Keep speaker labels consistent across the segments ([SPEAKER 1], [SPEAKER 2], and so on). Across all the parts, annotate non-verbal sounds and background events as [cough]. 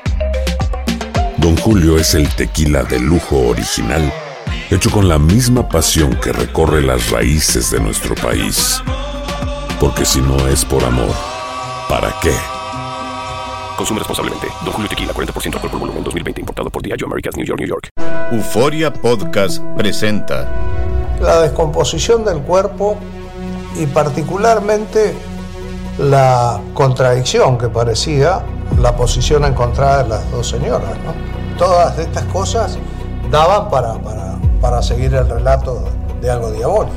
[SPEAKER 1] Don Julio es el tequila de lujo original, hecho con la misma pasión que recorre las raíces de nuestro país. Porque si no es por amor, ¿para qué?
[SPEAKER 2] Consume responsablemente. Don Julio Tequila, 40% alcohol por volumen 2020, importado por Diageo Americas, New York, New York.
[SPEAKER 3] Euforia Podcast presenta
[SPEAKER 4] la descomposición del cuerpo y particularmente la contradicción que parecía la posición encontrada de las dos señoras. ¿no? Todas estas cosas daban para, para, para seguir el relato de algo diabólico.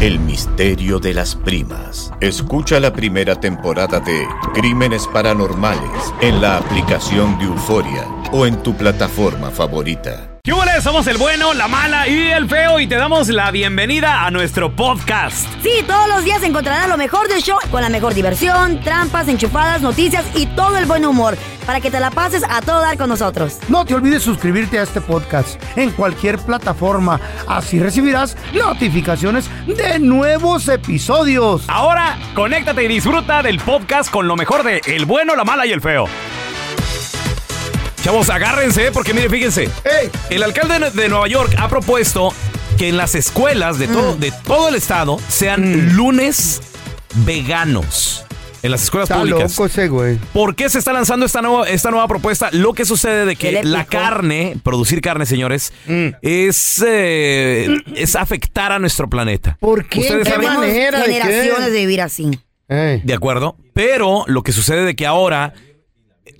[SPEAKER 3] El misterio de las primas. Escucha la primera temporada de Crímenes Paranormales en la aplicación de Euforia o en tu plataforma favorita.
[SPEAKER 5] ¿Qué hubo, le? Somos el bueno, la mala y el feo y te damos la bienvenida a nuestro podcast.
[SPEAKER 6] Sí, todos los días encontrarás lo mejor del show con la mejor diversión, trampas, enchufadas, noticias y todo el buen humor para que te la pases a todo dar con nosotros.
[SPEAKER 7] No te olvides suscribirte a este podcast en cualquier plataforma. Así recibirás notificaciones de nuevos episodios.
[SPEAKER 5] Ahora, conéctate y disfruta del podcast con lo mejor de El bueno, la mala y el feo. Chavos, agárrense, porque mire, fíjense. El alcalde de Nueva York ha propuesto que en las escuelas de
[SPEAKER 7] Mm.
[SPEAKER 5] todo, de todo el estado sean lunes veganos. En las escuelas
[SPEAKER 7] Está
[SPEAKER 5] públicas.
[SPEAKER 7] loco ese güey.
[SPEAKER 5] ¿Por qué se está lanzando esta nueva, esta nueva propuesta? Lo que sucede de
[SPEAKER 7] Qué
[SPEAKER 5] que
[SPEAKER 7] épico. Mm.
[SPEAKER 5] la carne, producir carne, señores, es, eh, es afectar a nuestro planeta. ¿Por
[SPEAKER 6] ¿Qué manera
[SPEAKER 7] de qué?
[SPEAKER 6] generaciones de, vivir así.
[SPEAKER 5] De acuerdo. Pero lo que sucede de que ahora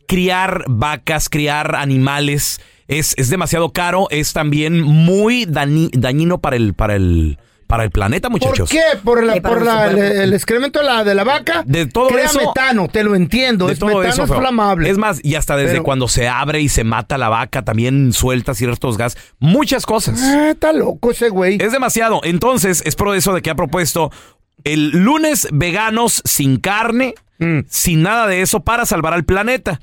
[SPEAKER 5] criar vacas, criar animales es, es demasiado caro, es también muy dañi- dañino para el, para el, para el planeta,
[SPEAKER 7] ¿Por
[SPEAKER 5] muchachos.
[SPEAKER 7] qué? Por, la,
[SPEAKER 5] Sí, para
[SPEAKER 7] por la-
[SPEAKER 5] nuestro
[SPEAKER 7] el,
[SPEAKER 5] cuerpo.
[SPEAKER 7] el excremento de la, de la vaca.
[SPEAKER 5] De todo
[SPEAKER 7] crea
[SPEAKER 5] eso-
[SPEAKER 7] metano, te lo entiendo.
[SPEAKER 5] De
[SPEAKER 7] es
[SPEAKER 5] todo
[SPEAKER 7] metano
[SPEAKER 5] eso,
[SPEAKER 7] es
[SPEAKER 5] feo.
[SPEAKER 7] flamable.
[SPEAKER 5] Es más, y hasta desde
[SPEAKER 7] Pero-
[SPEAKER 5] cuando se abre y se mata la vaca, también suelta ciertos gas, muchas cosas.
[SPEAKER 7] está Ah, loco ese güey.
[SPEAKER 5] Es demasiado. Entonces, es por eso de que ha propuesto el lunes veganos sin carne,
[SPEAKER 7] Mm.
[SPEAKER 5] sin nada de eso, para salvar al planeta.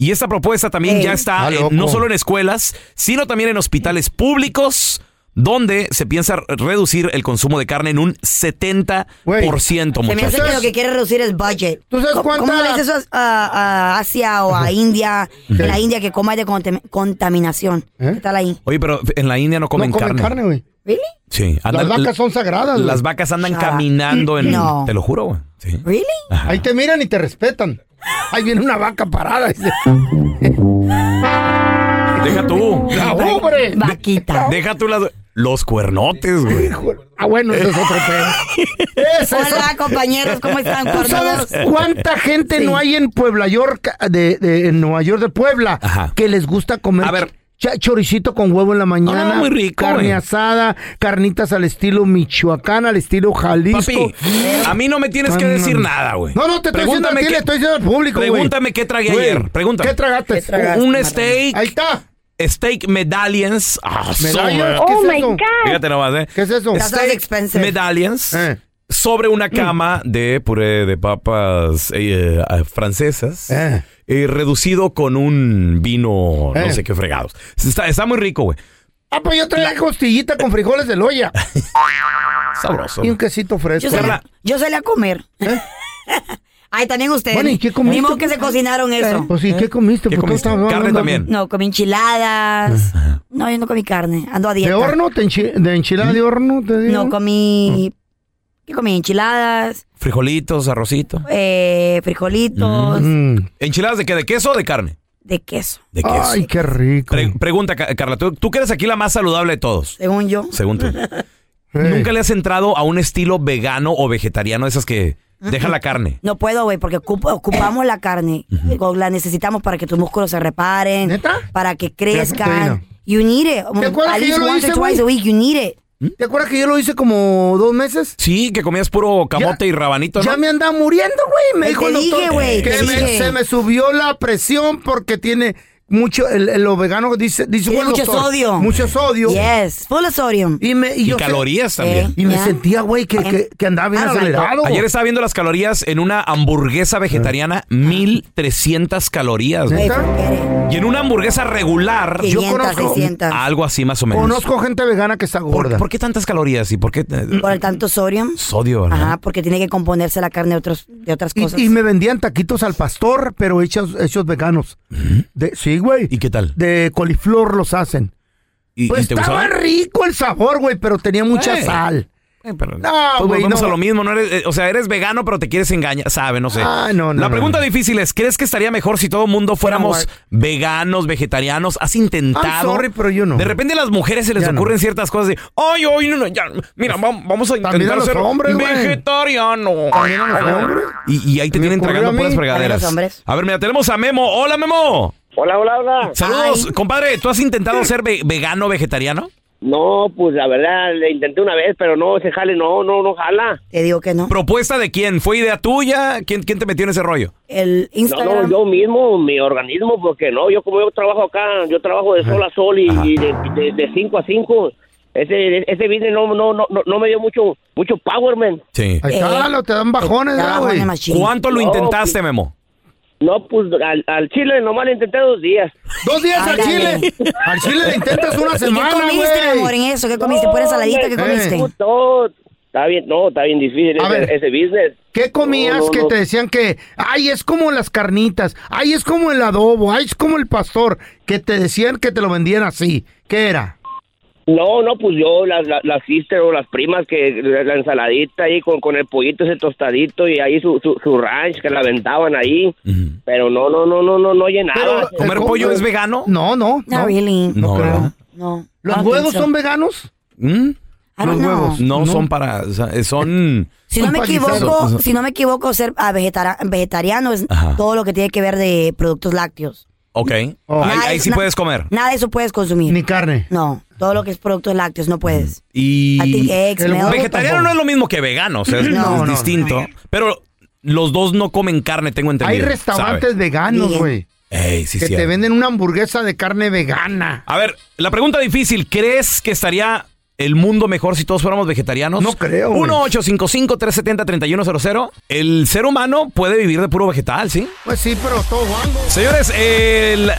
[SPEAKER 5] Y esta propuesta también
[SPEAKER 8] Ey.
[SPEAKER 5] ya está,
[SPEAKER 6] Ah,
[SPEAKER 8] Está
[SPEAKER 5] eh,
[SPEAKER 8] loco.
[SPEAKER 5] no solo en escuelas, sino también en hospitales públicos, donde se piensa re- reducir el consumo de carne en un 70%,
[SPEAKER 6] Se me hace que lo
[SPEAKER 5] muchachos.
[SPEAKER 6] que quiere reducir es budget.
[SPEAKER 7] ¿Tú sabes
[SPEAKER 6] ¿Cómo-
[SPEAKER 7] cuánta-
[SPEAKER 6] ¿Cómo le dices eso a, a Asia o a India?
[SPEAKER 5] Sí.
[SPEAKER 6] En la India que coma de contem- contaminación.
[SPEAKER 7] ¿Eh?
[SPEAKER 6] ¿Qué tal ahí?
[SPEAKER 5] Oye, pero en la India no comen, carne.
[SPEAKER 7] güey.
[SPEAKER 6] ¿Really?
[SPEAKER 5] Sí. andan-
[SPEAKER 7] vacas son sagradas,
[SPEAKER 5] Las
[SPEAKER 7] güey.
[SPEAKER 5] vacas andan
[SPEAKER 7] Shut up.
[SPEAKER 5] caminando en...
[SPEAKER 7] No.
[SPEAKER 5] Te lo juro, güey. Sí.
[SPEAKER 6] ¿Really?
[SPEAKER 7] Ahí te miran y te respetan. Ahí viene una vaca parada. dice,
[SPEAKER 5] Deja tú.
[SPEAKER 7] ¡La pobre!
[SPEAKER 6] Vaquita.
[SPEAKER 5] Deja tú las... Los cuernotes, güey.
[SPEAKER 7] Ah, bueno, eso es otro pedo. Ese es ¿Eh?
[SPEAKER 6] Hola,
[SPEAKER 7] otro- [laughs]
[SPEAKER 6] compañeros, ¿cómo están?
[SPEAKER 7] ¿Tú sabes
[SPEAKER 6] Cuernudos?
[SPEAKER 7] cuánta gente
[SPEAKER 6] Sí.
[SPEAKER 7] no hay en Puebla York, de, de- en Nueva York de Puebla, que les gusta comer
[SPEAKER 5] A ver.
[SPEAKER 7] cha- choricito con huevo en la mañana,
[SPEAKER 5] Ah, muy rico,
[SPEAKER 7] carne
[SPEAKER 5] güey.
[SPEAKER 7] asada, carnitas al estilo Michoacán, al estilo Jalisco.
[SPEAKER 5] Papi, a mí no me tienes que
[SPEAKER 7] No, no,
[SPEAKER 5] decir
[SPEAKER 7] no.
[SPEAKER 5] nada, güey.
[SPEAKER 7] No, no, te estoy diciendo a
[SPEAKER 5] Pregúntame
[SPEAKER 7] ti,
[SPEAKER 5] qué-
[SPEAKER 7] le estoy diciendo al público, güey.
[SPEAKER 5] Pregúntame qué tragué
[SPEAKER 7] Güey,
[SPEAKER 5] ayer. Pregúntame.
[SPEAKER 7] ¿Qué tragaste?
[SPEAKER 5] Un- Un steak. Ahí está. Steak medallions. Ah, so-
[SPEAKER 7] Medallions, ¿qué Oh, es my eso? God.
[SPEAKER 5] Fíjate nomás, ¿eh?
[SPEAKER 7] ¿Qué es eso? Eh. That sounds
[SPEAKER 5] Steak medallions. Sobre una cama de puré de papas eh, eh, francesas. eh, reducido con un vino,
[SPEAKER 7] Eh.
[SPEAKER 5] no sé qué fregados. Está, está muy rico, güey.
[SPEAKER 7] Ah, pues yo traía costillita con frijoles de loya.
[SPEAKER 5] [laughs] Sabroso.
[SPEAKER 7] Y un quesito
[SPEAKER 6] Yo
[SPEAKER 7] fresco.
[SPEAKER 6] salí, yo salí a comer. [laughs] Ay, también ustedes.
[SPEAKER 7] ¿Eh? Bueno, ¿y qué comiste?
[SPEAKER 6] Ni modo que se cocinaron eso.
[SPEAKER 7] Pues sí, ¿qué comiste? ¿Por ¿Qué
[SPEAKER 5] Eh, comiste?
[SPEAKER 7] estabas
[SPEAKER 5] Carne
[SPEAKER 7] hablando?
[SPEAKER 5] también.
[SPEAKER 6] No, comí enchiladas. No, yo no comí carne. Ando a dieta.
[SPEAKER 7] ¿De horno? ¿Te enchi- ¿De enchilada de horno? Te digo?
[SPEAKER 6] No, comí... ¿Qué comí? Enchiladas,
[SPEAKER 5] Frijolitos, arrocito.
[SPEAKER 6] eh, frijolitos,
[SPEAKER 5] ¿Enchiladas de qué? ¿De queso o de carne?
[SPEAKER 6] de queso.
[SPEAKER 5] De queso.
[SPEAKER 7] Mm. Ay, qué rico.
[SPEAKER 5] Pre- pregunta, Ca- Carla, ¿tú, tú que eres aquí la más saludable de todos,
[SPEAKER 6] Según yo.
[SPEAKER 7] [laughs]
[SPEAKER 5] según tú. ¿Nunca le has entrado a un estilo vegano o vegetariano, esas que deja la carne?
[SPEAKER 6] No puedo, güey, porque ocupo- ocupamos la carne. Digo, La necesitamos para que tus músculos se reparen.
[SPEAKER 7] ¿Neta?
[SPEAKER 6] Para que
[SPEAKER 7] proteína.
[SPEAKER 6] crezcan. You need it.
[SPEAKER 7] ¿Te acuerdas
[SPEAKER 6] At
[SPEAKER 7] que yo
[SPEAKER 6] least
[SPEAKER 7] lo
[SPEAKER 6] once
[SPEAKER 7] hice,
[SPEAKER 6] or twice
[SPEAKER 7] güey? ¿Mm?
[SPEAKER 6] a week, you need it.
[SPEAKER 7] ¿Te acuerdas que yo lo hice como dos meses?
[SPEAKER 5] Sí, que comías puro camote y rabanito,
[SPEAKER 7] Ya
[SPEAKER 5] ¿no?
[SPEAKER 7] me anda muriendo, güey. Me
[SPEAKER 6] Te
[SPEAKER 7] dijo el
[SPEAKER 6] dije,
[SPEAKER 7] doctor
[SPEAKER 6] güey,
[SPEAKER 7] que
[SPEAKER 6] te
[SPEAKER 7] me-
[SPEAKER 6] dije.
[SPEAKER 7] se me subió la presión porque tiene mucho, el, el- lo vegano dice, dice
[SPEAKER 6] Tiene
[SPEAKER 7] bueno,
[SPEAKER 6] mucho
[SPEAKER 7] doctor,
[SPEAKER 6] sodio.
[SPEAKER 7] Mucho sodio.
[SPEAKER 6] Yes, full of sodium.
[SPEAKER 7] Y me y
[SPEAKER 5] Y
[SPEAKER 7] yo
[SPEAKER 5] calorías también.
[SPEAKER 7] Y me
[SPEAKER 6] Yeah.
[SPEAKER 7] sentía, güey, que, que, que andaba bien
[SPEAKER 6] I don't like
[SPEAKER 7] acelerado.
[SPEAKER 5] Ayer estaba viendo las calorías en una hamburguesa vegetariana, 1300 calorías, güey.
[SPEAKER 6] Hey,
[SPEAKER 7] ¿Neta?
[SPEAKER 6] forget it.
[SPEAKER 5] Y en una hamburguesa regular,
[SPEAKER 7] yo
[SPEAKER 6] 500,
[SPEAKER 7] conozco
[SPEAKER 6] 600.
[SPEAKER 5] algo así más o menos.
[SPEAKER 7] Conozco gente vegana que está
[SPEAKER 5] ¿Por,
[SPEAKER 7] gorda.
[SPEAKER 5] por qué tantas calorías y por qué eh,
[SPEAKER 6] Por el tanto sodium.
[SPEAKER 5] sodio? ¿verdad?
[SPEAKER 6] Ajá, porque tiene que componerse la carne de, otros, de otras cosas.
[SPEAKER 7] y, y me vendían taquitos al pastor, pero hechos, hechos veganos. De- sí, güey.
[SPEAKER 5] ¿Mm? ¿Y qué tal?
[SPEAKER 7] De coliflor los hacen.
[SPEAKER 5] ¿Y, y
[SPEAKER 7] Pues
[SPEAKER 5] te
[SPEAKER 7] estaba
[SPEAKER 5] gustaba?
[SPEAKER 7] rico el sabor, güey, pero tenía mucha
[SPEAKER 5] Eh.
[SPEAKER 7] sal.
[SPEAKER 5] Eh, pero-
[SPEAKER 7] No,
[SPEAKER 5] pues
[SPEAKER 7] güey,
[SPEAKER 5] volvemos
[SPEAKER 7] no.
[SPEAKER 5] a lo mismo, no eres, eh, o sea, eres vegano pero te quieres engañar, sabe, no sé.
[SPEAKER 7] Ah, no, no,
[SPEAKER 5] La
[SPEAKER 7] no,
[SPEAKER 5] pregunta
[SPEAKER 7] no.
[SPEAKER 5] difícil es, ¿crees que estaría mejor si todo el mundo fuéramos veganos, vegetarianos? ¿Has intentado?
[SPEAKER 7] I'm sorry, pero yo no.
[SPEAKER 5] De repente a las mujeres se les
[SPEAKER 7] Ya no.
[SPEAKER 5] ocurren ciertas cosas de, "Ay, ay, no, no, ya, mira, vam- vamos a
[SPEAKER 7] a
[SPEAKER 5] intentar
[SPEAKER 7] los
[SPEAKER 5] ser
[SPEAKER 7] hombres, güey.
[SPEAKER 5] vegetariano."
[SPEAKER 7] También a los hombres.
[SPEAKER 5] Y, y ahí te
[SPEAKER 7] Me
[SPEAKER 5] tienen
[SPEAKER 7] ocurrió
[SPEAKER 5] tragando
[SPEAKER 7] a mí.
[SPEAKER 5] puras
[SPEAKER 6] A los
[SPEAKER 5] fregaderas.
[SPEAKER 6] hombres.
[SPEAKER 5] A ver, mira, tenemos a Memo. Hola, Memo.
[SPEAKER 8] Hola, hola, hola.
[SPEAKER 5] Saludos, compadre. ¿Tú has intentado ser ve- vegano, vegetariano?
[SPEAKER 8] No, pues la verdad, le intenté una vez, pero no, se jale, no, no, no jala.
[SPEAKER 6] Te digo que no.
[SPEAKER 5] ¿Propuesta de quién? ¿Fue idea tuya? ¿Quién, quién te metió en ese rollo?
[SPEAKER 6] El
[SPEAKER 8] No,
[SPEAKER 6] Instagram.
[SPEAKER 8] no, yo mismo, mi organismo, porque no, yo como yo trabajo acá, yo trabajo de sol a sol y, y de, de, de cinco a cinco. Ese, ese business no, no, no, no- no me dio mucho, mucho power, man.
[SPEAKER 5] Sí.
[SPEAKER 7] Ahí está,
[SPEAKER 6] Eh,
[SPEAKER 7] lo te dan bajones,
[SPEAKER 6] te da
[SPEAKER 7] ¿verdad,
[SPEAKER 6] bajones,
[SPEAKER 7] güey.
[SPEAKER 6] machín.
[SPEAKER 5] ¿Cuánto lo
[SPEAKER 8] No, pues,
[SPEAKER 5] intentaste, Memo?
[SPEAKER 8] No, pues al, al chile nomás le intenté dos días.
[SPEAKER 7] Dos días al
[SPEAKER 6] Ándale.
[SPEAKER 7] chile. Al chile le intentas una
[SPEAKER 6] [laughs] ¿Y qué
[SPEAKER 7] semana,
[SPEAKER 6] comiste, mi amor,
[SPEAKER 7] güey.
[SPEAKER 6] en eso? ¿Qué comiste? ¿Pura saladita? ¿Qué
[SPEAKER 7] Eh.
[SPEAKER 6] comiste?
[SPEAKER 8] No, está bien, no, está bien difícil
[SPEAKER 7] A
[SPEAKER 8] ese,
[SPEAKER 7] ver.
[SPEAKER 8] ese business.
[SPEAKER 7] ¿Qué comías
[SPEAKER 8] No, no,
[SPEAKER 7] que
[SPEAKER 8] no.
[SPEAKER 7] te decían que, ay, es como las carnitas, ay, es como el adobo, ay, es como el pastor, que te decían que te lo vendían así? ¿Qué era?
[SPEAKER 8] No, no, pues yo, las, las, las sister o las primas, que la, la ensaladita ahí con, con el pollito ese tostadito y ahí su, su, su ranch que la aventaban ahí. Pero no, no, no, no, no, no llenaba.
[SPEAKER 7] Pero-
[SPEAKER 5] ¿Comer
[SPEAKER 7] ¿Cómo?
[SPEAKER 5] pollo es vegano?
[SPEAKER 7] No, no.
[SPEAKER 6] No, really.
[SPEAKER 7] No, creo.
[SPEAKER 5] ¿verdad?
[SPEAKER 6] No.
[SPEAKER 7] ¿Los
[SPEAKER 6] I don't
[SPEAKER 7] huevos
[SPEAKER 6] think so.
[SPEAKER 7] son veganos?
[SPEAKER 5] ¿Mm?
[SPEAKER 6] I don't
[SPEAKER 7] los
[SPEAKER 6] know.
[SPEAKER 7] huevos.
[SPEAKER 5] No,
[SPEAKER 7] No.
[SPEAKER 5] son para... o sea, eh, Son...
[SPEAKER 6] Ah, Si no me
[SPEAKER 7] Empanizados.
[SPEAKER 6] equivoco, si no me equivoco, ser ah, vegetara- vegetariano es
[SPEAKER 5] Ajá.
[SPEAKER 6] todo lo que tiene que ver de productos lácteos.
[SPEAKER 5] Ok.
[SPEAKER 7] Oh.
[SPEAKER 5] Ahí,
[SPEAKER 6] Nada
[SPEAKER 5] ahí
[SPEAKER 6] es-
[SPEAKER 5] sí
[SPEAKER 6] na-
[SPEAKER 5] puedes comer.
[SPEAKER 6] Nada de eso puedes consumir.
[SPEAKER 7] Ni carne.
[SPEAKER 6] No, todo lo que es productos lácteos no
[SPEAKER 5] Mm.
[SPEAKER 6] puedes. I
[SPEAKER 5] Y...
[SPEAKER 6] think eggs,
[SPEAKER 7] el
[SPEAKER 6] milk.
[SPEAKER 7] huevo
[SPEAKER 5] Vegetariano no es lo mismo que vegano, o sea, es,
[SPEAKER 7] No,
[SPEAKER 5] es
[SPEAKER 7] no, no.
[SPEAKER 5] distinto. Pero los dos no comen carne, tengo
[SPEAKER 7] Hay
[SPEAKER 5] entendido.
[SPEAKER 7] restaurantes veganos,
[SPEAKER 6] Bien.
[SPEAKER 7] güey,
[SPEAKER 5] ¿sabe? Ey, sí,
[SPEAKER 7] que
[SPEAKER 5] cierto.
[SPEAKER 7] te venden una hamburguesa de carne vegana.
[SPEAKER 5] A ver, la pregunta difícil, ¿crees que estaría el mundo mejor si todos fuéramos vegetarianos?
[SPEAKER 7] No creo, güey.
[SPEAKER 5] 1-855-370-3100. El ser humano puede vivir de puro vegetal, ¿sí?
[SPEAKER 7] Pues sí, pero todo guango.
[SPEAKER 5] Señores, el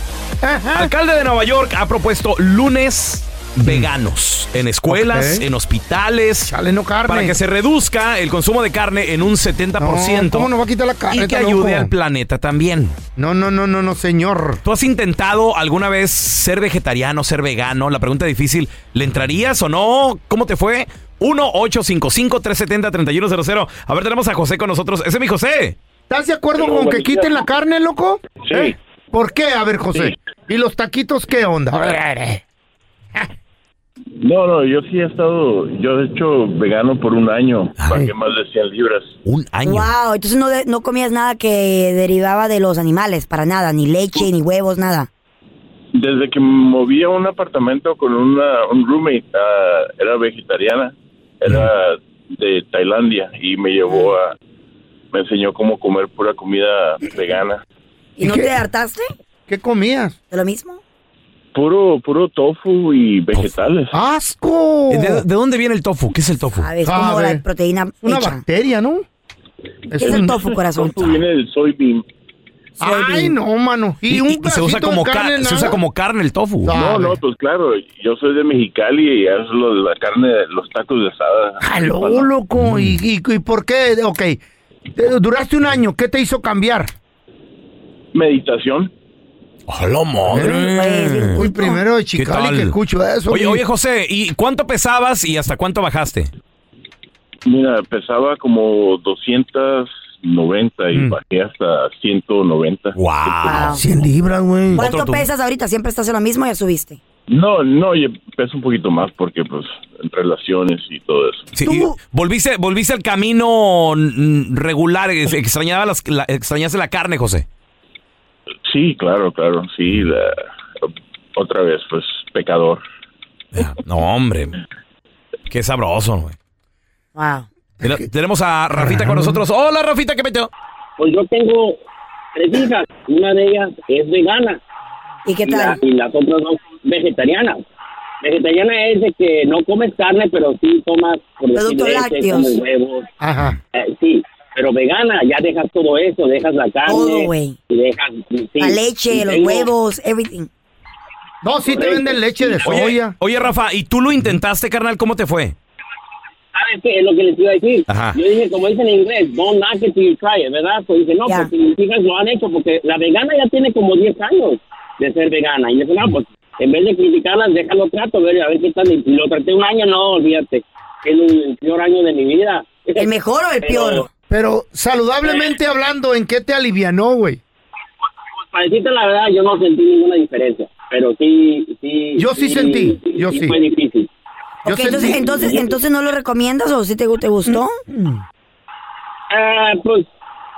[SPEAKER 5] alcalde de Nueva York ha propuesto lunes veganos en escuelas,
[SPEAKER 7] Mm. Ok.
[SPEAKER 5] en hospitales,
[SPEAKER 7] Chale, no carne.
[SPEAKER 5] para que se reduzca el consumo de carne en un 70%
[SPEAKER 7] No, ¿Cómo nos va a quitar la carne?
[SPEAKER 5] y que ayude al planeta también.
[SPEAKER 7] No, no, no, no, no, señor.
[SPEAKER 5] ¿Tú has intentado alguna vez ser vegetariano, ser vegano? La pregunta difícil, ¿le entrarías o no? ¿Cómo te fue? 1-855-370-3100. A ver, tenemos a José con nosotros. Ese es mi José.
[SPEAKER 7] ¿Estás de acuerdo
[SPEAKER 8] Pero,
[SPEAKER 7] con que
[SPEAKER 8] buenos días.
[SPEAKER 7] quiten la carne, loco?
[SPEAKER 8] Sí.
[SPEAKER 7] ¿Por qué? A ver, José. ¿Y los taquitos qué onda? A ver, a ver, a ver.
[SPEAKER 9] No, no, yo sí he estado, yo de hecho vegano por un año,
[SPEAKER 5] Ay.
[SPEAKER 9] pagué más de 100 libras.
[SPEAKER 5] Ah, eh. Un año.
[SPEAKER 6] Wow, entonces no, de- no comías nada que derivaba de los animales, para nada, ni leche, ni huevos, nada.
[SPEAKER 9] Desde que me moví a un apartamento con una, un roommate, ah, era vegetariana, era de Tailandia y me llevó a, me enseñó cómo comer pura comida vegana.
[SPEAKER 6] ¿Y,
[SPEAKER 7] ¿Y
[SPEAKER 6] no
[SPEAKER 7] qué?
[SPEAKER 6] te hartaste
[SPEAKER 7] ¿Qué comías?
[SPEAKER 6] de lo mismo?
[SPEAKER 9] Puro, puro tofu y vegetales.
[SPEAKER 7] ¡Asco!
[SPEAKER 5] Eh, ¿De, de dónde viene el tofu? ¿Qué es el tofu?
[SPEAKER 6] Sabes,
[SPEAKER 7] Sabe.
[SPEAKER 6] como la proteína
[SPEAKER 7] Una
[SPEAKER 6] hecha.
[SPEAKER 7] bacteria, ¿no?
[SPEAKER 6] ¿Qué es el tofu,
[SPEAKER 7] [laughs]
[SPEAKER 6] corazón?
[SPEAKER 9] Tofu viene del soybean.
[SPEAKER 7] Ay, no, mano. Y, un
[SPEAKER 5] se usa
[SPEAKER 7] pedacito de
[SPEAKER 5] como ca-
[SPEAKER 7] carne,
[SPEAKER 5] se
[SPEAKER 7] nada?
[SPEAKER 5] usa como carne el tofu.
[SPEAKER 7] No.
[SPEAKER 9] No, no, pues claro, yo soy de Mexicali y es lo de la carne, los tacos de asada.
[SPEAKER 5] Ah,
[SPEAKER 7] Jaló, loco. ¿Y, y, y por qué? Ok. Eh, Duraste un año. ¿Qué te hizo cambiar?
[SPEAKER 9] Meditación.
[SPEAKER 5] ¡Hola, madre!
[SPEAKER 7] ¿Eh? Uy, primero de
[SPEAKER 5] ¿Qué
[SPEAKER 7] Chicali
[SPEAKER 5] tal?
[SPEAKER 7] que escucho eso.
[SPEAKER 5] Oye,
[SPEAKER 7] güey.
[SPEAKER 5] oye, José, ¿y cuánto pesabas y hasta cuánto bajaste?
[SPEAKER 9] Mira, pesaba como 200 90 y
[SPEAKER 5] Mm.
[SPEAKER 9] bajé hasta 190.
[SPEAKER 5] ¡Wow!
[SPEAKER 7] 100 libras, güey.
[SPEAKER 6] ¿Cuánto pesas ahorita? ¿Siempre estás en lo mismo o ya subiste?
[SPEAKER 9] No, no, yo peso un poquito más porque, pues, relaciones y todo eso.
[SPEAKER 5] Sí, y volviste, volviste al camino mm, regular, ex- extrañaba las, la, extrañaste la carne, José.
[SPEAKER 9] Sí, claro, claro, sí. la- otra vez, pues, pecador.
[SPEAKER 5] Ah, No, hombre. Qué sabroso, güey.
[SPEAKER 6] Wow.
[SPEAKER 5] Mira, Tenemos a Rafita con nosotros. Hola, Rafita, ¿qué peteo?
[SPEAKER 10] Pues yo tengo tres hijas, una de ellas es vegana.
[SPEAKER 6] ¿Y qué
[SPEAKER 10] tal? Y las otras dos vegetarianas. Vegetariana es de que no comes carne, pero sí tomas, por decir,
[SPEAKER 6] Productos
[SPEAKER 10] leche,
[SPEAKER 6] lácteos.
[SPEAKER 10] comes huevos.
[SPEAKER 7] Ajá.
[SPEAKER 10] Eh, sí, pero vegana, ya dejas todo eso, dejas la carne.
[SPEAKER 6] Todo, güey.
[SPEAKER 10] Y dejas... sí.
[SPEAKER 6] La leche,
[SPEAKER 10] Y
[SPEAKER 6] los
[SPEAKER 10] tengo-
[SPEAKER 7] Oh.
[SPEAKER 6] huevos, everything.
[SPEAKER 7] No, sí te venden leche de
[SPEAKER 5] Oye,
[SPEAKER 7] soya.
[SPEAKER 5] Oye, Rafa, ¿y tú lo intentaste, carnal? ¿Cómo te fue?
[SPEAKER 10] ¿Sabes qué? Es lo que les iba a decir.
[SPEAKER 5] Ajá.
[SPEAKER 10] Yo dije, como dicen en inglés, don't knock it till you try it, ¿verdad? Pues dije, no,
[SPEAKER 6] Ya.
[SPEAKER 10] porque mis hijas lo han hecho, porque la vegana ya tiene como 10 años de ser vegana. Y dije, no, pues en vez de criticarlas, déjalo trato, ver, a ver qué tal. Y lo traté un año, no, olvídate. Es el peor año de mi vida.
[SPEAKER 6] ¿El mejor o el peor?
[SPEAKER 7] Pero saludablemente hablando, ¿en qué te alivianó, güey?
[SPEAKER 10] Pues, para decirte la verdad, yo no sentí ninguna diferencia. Pero sí, sí.
[SPEAKER 7] Yo sí sentí, yo sí.
[SPEAKER 10] Fue difícil.
[SPEAKER 7] Yo
[SPEAKER 6] Ok, entonces,
[SPEAKER 7] sentí-
[SPEAKER 6] entonces, entonces no lo recomiendas o si te, gu- te gustó.
[SPEAKER 7] Mm.
[SPEAKER 10] Ah, pues,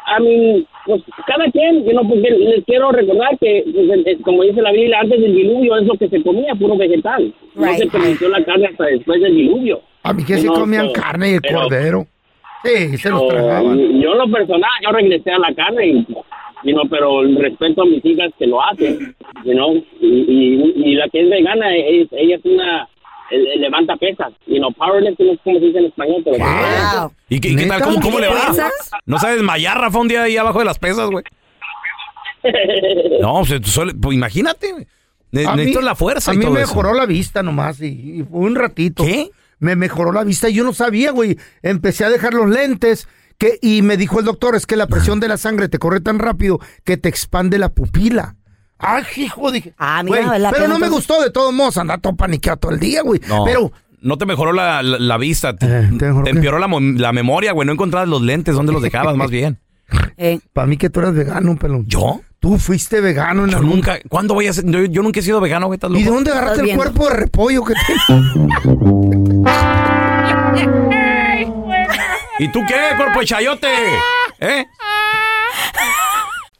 [SPEAKER 10] a mí, pues, cada quien, yo no, porque les quiero recordar que, pues, el- el- como dice la Biblia, antes del diluvio es lo que se comía, puro vegetal. No
[SPEAKER 6] Right.
[SPEAKER 10] se permitió la carne hasta después del diluvio.
[SPEAKER 7] A mí que sí
[SPEAKER 10] No,
[SPEAKER 7] comían
[SPEAKER 10] no,
[SPEAKER 7] carne y el
[SPEAKER 10] pero-
[SPEAKER 7] cordero. Sí, se los
[SPEAKER 10] Pero,
[SPEAKER 7] tragaban.
[SPEAKER 10] yo en lo personal, yo regresé a la carne, y, y no, pero el respeto a mis hijas que lo hacen, you know, y, y- y la que es vegana, es- ella es una... eh, levanta pesas, y no powerlifting no sé cómo se dice en español, pero
[SPEAKER 6] Wow.
[SPEAKER 5] ¿Y qué, y qué tal?
[SPEAKER 7] ¿Neta?
[SPEAKER 5] ¿Cómo, cómo le va?
[SPEAKER 6] ¿Pesas?
[SPEAKER 5] No sabes desmayar, Rafa, un día ahí abajo de las pesas, güey. No, se- suele- pues, imagínate. güey. Ne-
[SPEAKER 7] A mí-
[SPEAKER 5] necesito la fuerza
[SPEAKER 7] A
[SPEAKER 5] y
[SPEAKER 7] mí
[SPEAKER 5] todo eso.
[SPEAKER 7] mejoró la vista nomás, y, y fue un ratito.
[SPEAKER 5] ¿Qué?
[SPEAKER 7] Me mejoró la vista y yo no sabía, güey. Empecé a dejar los lentes que, y me dijo el doctor, es que la presión de la sangre te corre tan rápido que te expande la pupila. ¡Ay, hijo! Dije,
[SPEAKER 6] Ah, mira,
[SPEAKER 7] güey,
[SPEAKER 6] la
[SPEAKER 7] pero
[SPEAKER 6] pena,
[SPEAKER 7] no me
[SPEAKER 6] entonces.
[SPEAKER 7] gustó de todos modos, andaba todo paniqueado todo el día, güey.
[SPEAKER 5] No,
[SPEAKER 7] Pero
[SPEAKER 5] no te mejoró la, la- la vista, te,
[SPEAKER 7] Eh, ¿te mejoró
[SPEAKER 5] te
[SPEAKER 7] qué?
[SPEAKER 5] empeoró la, mo- la memoria, güey. No encontrabas los lentes, ¿dónde los dejabas más
[SPEAKER 7] [laughs]
[SPEAKER 5] bien?
[SPEAKER 6] Eh,
[SPEAKER 7] para mí que tú eras vegano, pelón.
[SPEAKER 5] ¿Yo?
[SPEAKER 7] Tú fuiste vegano en
[SPEAKER 5] Yo
[SPEAKER 7] algún-
[SPEAKER 5] nunca, ¿cuándo voy a ser? Yo, yo nunca he sido vegano, güey, estás
[SPEAKER 7] ¿Y de
[SPEAKER 5] loco?
[SPEAKER 7] dónde agarraste
[SPEAKER 6] Estás
[SPEAKER 7] el
[SPEAKER 6] viendo.
[SPEAKER 7] cuerpo de repollo que
[SPEAKER 6] [laughs]
[SPEAKER 7] tienes?
[SPEAKER 5] ¿Y tú qué, cuerpo de chayote? ¿Eh?
[SPEAKER 7] [laughs]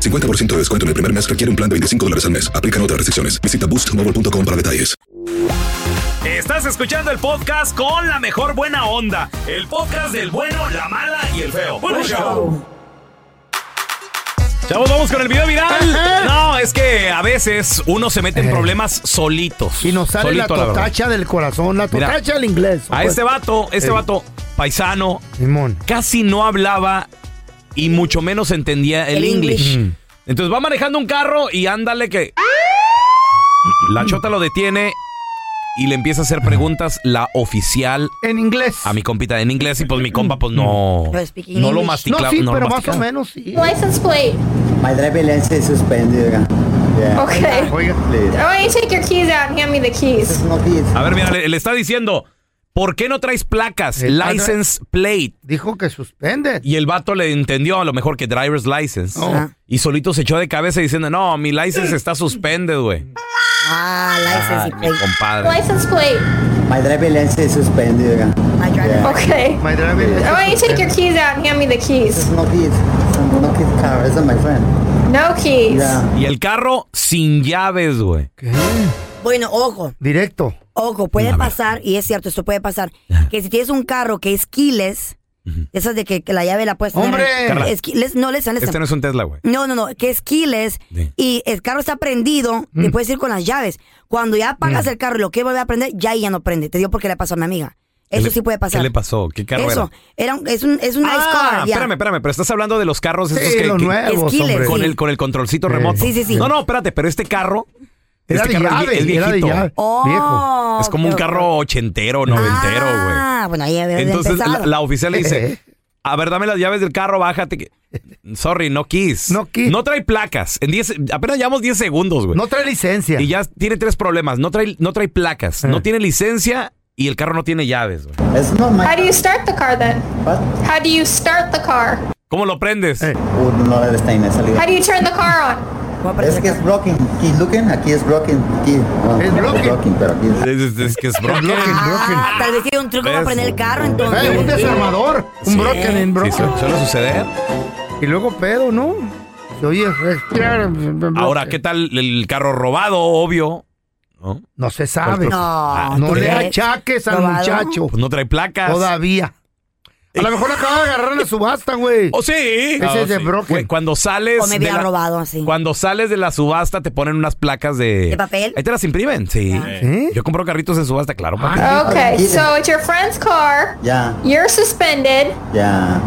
[SPEAKER 11] 50% de descuento en el primer mes requiere un plan de 25 dólares al mes. Aplican otras restricciones. Visita boostmobile.com para detalles.
[SPEAKER 5] Estás escuchando el podcast con la mejor buena onda. El podcast del bueno, la mala y el feo. Bueno, show. Chavos, vamos con el video viral. No, es que a veces uno se mete en problemas solitos.
[SPEAKER 7] Eh. Y nos sale
[SPEAKER 5] Solito,
[SPEAKER 7] la
[SPEAKER 5] verdad.
[SPEAKER 7] totacha del corazón, la
[SPEAKER 5] Mira,
[SPEAKER 7] totacha del inglés.
[SPEAKER 5] A
[SPEAKER 7] pues.
[SPEAKER 5] este vato, este
[SPEAKER 7] Eh.
[SPEAKER 5] vato paisano,
[SPEAKER 7] Simón.
[SPEAKER 5] casi no hablaba y mucho menos entendía el,
[SPEAKER 6] El
[SPEAKER 5] English.
[SPEAKER 6] English.
[SPEAKER 5] Entonces va manejando un carro y ándale que... La chota lo detiene y le empieza a hacer preguntas la oficial
[SPEAKER 7] en inglés
[SPEAKER 5] a mi compita en inglés y pues mi compa pues no no lo masticaba
[SPEAKER 7] No, sí,
[SPEAKER 5] no lo
[SPEAKER 7] pero más o
[SPEAKER 5] masticaba.
[SPEAKER 7] menos sí.
[SPEAKER 12] License plate.
[SPEAKER 13] My driving license is suspended. Yeah.
[SPEAKER 12] Okay.
[SPEAKER 13] Please.
[SPEAKER 12] Why don't you take your keys out and hand me the keys?
[SPEAKER 5] a ver mira le, le está diciendo ¿Por qué no traes placas?
[SPEAKER 7] Está-
[SPEAKER 5] License plate.
[SPEAKER 7] Dijo que suspende. Oh.
[SPEAKER 5] Y el vato le entendió a lo mejor que driver's license.
[SPEAKER 7] Ajá.
[SPEAKER 5] Y solito se echó de cabeza diciendo, no, mi license está suspended, güey.
[SPEAKER 6] Ah,
[SPEAKER 5] Ay, mi compadre.
[SPEAKER 12] License plate.
[SPEAKER 13] My driving license is suspended. My driving.
[SPEAKER 12] Okay.
[SPEAKER 7] My driving
[SPEAKER 12] Why don't you take your keys out and hand me the keys?
[SPEAKER 13] No keys. No keys car. It's my friend.
[SPEAKER 12] No keys.
[SPEAKER 5] Y el carro sin llaves, güey.
[SPEAKER 6] Bueno, ojo,
[SPEAKER 7] Directo.
[SPEAKER 6] ojo, puede pasar, y es cierto, esto puede pasar, que si tienes un carro que es keyless, esas de que, que la llave la puedes tener-
[SPEAKER 5] ¡Hombre! Carla.
[SPEAKER 6] Es keyless, no, listen, listen.
[SPEAKER 5] Este no es un Tesla, güey.
[SPEAKER 6] No, no, no, que es keyless y el carro está prendido,
[SPEAKER 7] Mm.
[SPEAKER 6] le puedes ir con las llaves. Cuando ya apagas
[SPEAKER 5] Mm.
[SPEAKER 6] el carro y lo que vuelve a prender, ya ahí ya no prende. Te digo porque le pasó a mi amiga.
[SPEAKER 5] ¿Qué
[SPEAKER 6] Eso
[SPEAKER 5] le-
[SPEAKER 6] sí puede pasar.
[SPEAKER 5] ¿Qué le pasó? ¿Qué carro
[SPEAKER 6] Eso,
[SPEAKER 5] era?
[SPEAKER 6] era un, es un, es un nice
[SPEAKER 5] Ah,
[SPEAKER 6] car, ya.
[SPEAKER 5] espérame, espérame, pero estás hablando de los carros estos
[SPEAKER 6] Sí,
[SPEAKER 5] que,
[SPEAKER 6] los
[SPEAKER 5] que-
[SPEAKER 6] nuevos, Esquiles, hombre.
[SPEAKER 5] con
[SPEAKER 6] sí.
[SPEAKER 5] el con el controlcito remoto.
[SPEAKER 6] Sí, sí, sí.
[SPEAKER 5] No, no, espérate, pero este carro
[SPEAKER 7] Era
[SPEAKER 5] este
[SPEAKER 7] de
[SPEAKER 5] carro es
[SPEAKER 7] llave,
[SPEAKER 5] vie- es
[SPEAKER 7] era de
[SPEAKER 5] viejito.
[SPEAKER 7] llave, Oh, viejo.
[SPEAKER 5] Es como un
[SPEAKER 7] ok,
[SPEAKER 5] carro ochentero, noventero, güey.
[SPEAKER 6] Ah, bueno, ahí había
[SPEAKER 5] Entonces
[SPEAKER 6] empezado.
[SPEAKER 5] la, la oficial le
[SPEAKER 7] [laughs] Eh.
[SPEAKER 5] dice, a ver, dame las llaves del carro, bájate. que- Sorry, no quis. No No trae placas. En 10 apenas llevamos 10 segundos, güey.
[SPEAKER 7] No trae licencia. Eh.
[SPEAKER 5] Y ya tiene tres problemas. No trae, no trae placas, no tiene licencia y el carro no tiene llaves, güey.
[SPEAKER 12] How do you start the car then? How do you start the car?
[SPEAKER 5] ¿Cómo lo prendes?
[SPEAKER 7] Eh.
[SPEAKER 13] Oh, no la está en la salida.
[SPEAKER 12] How do you turn the car on?
[SPEAKER 13] Es que es blocking. Keep looking. Aquí es blocking. Aquí. No, es blocking. pero aquí es.
[SPEAKER 5] Es, que es
[SPEAKER 13] blocking.
[SPEAKER 6] Ah, tal vez tiene un truco para
[SPEAKER 13] ¿Ves?
[SPEAKER 6] prender el carro, entonces.
[SPEAKER 7] Eh, un desarmador. Un
[SPEAKER 5] Sí.
[SPEAKER 7] broken en broken.
[SPEAKER 5] Sí, su- suele suceder.
[SPEAKER 7] Y luego pedo, ¿no? Se oye respirar.
[SPEAKER 5] Ahora, ¿qué tal el carro robado, obvio? No,
[SPEAKER 7] se sabe.
[SPEAKER 5] No,
[SPEAKER 7] Ah, No, no
[SPEAKER 5] ¿tú
[SPEAKER 7] le
[SPEAKER 5] crees?
[SPEAKER 7] achaques al
[SPEAKER 5] ¿Robado?
[SPEAKER 7] muchacho.
[SPEAKER 5] Pues no trae placas.
[SPEAKER 7] Todavía. A lo mejor acaba de agarrar la subasta, güey.
[SPEAKER 5] Eh. ¡Oh, sí! Ese
[SPEAKER 7] Ese es de broken.
[SPEAKER 5] Cuando sales.
[SPEAKER 6] O me había robado, así.
[SPEAKER 5] Cuando sales de la subasta, te ponen unas placas de.
[SPEAKER 6] ¿De papel?
[SPEAKER 5] Ahí te las imprimen, sí. Yo compro carritos en subasta, claro. papi.
[SPEAKER 7] Ah,
[SPEAKER 12] Okay, so it's your friend's car.
[SPEAKER 5] Ya.
[SPEAKER 12] You're suspended.
[SPEAKER 5] Ya.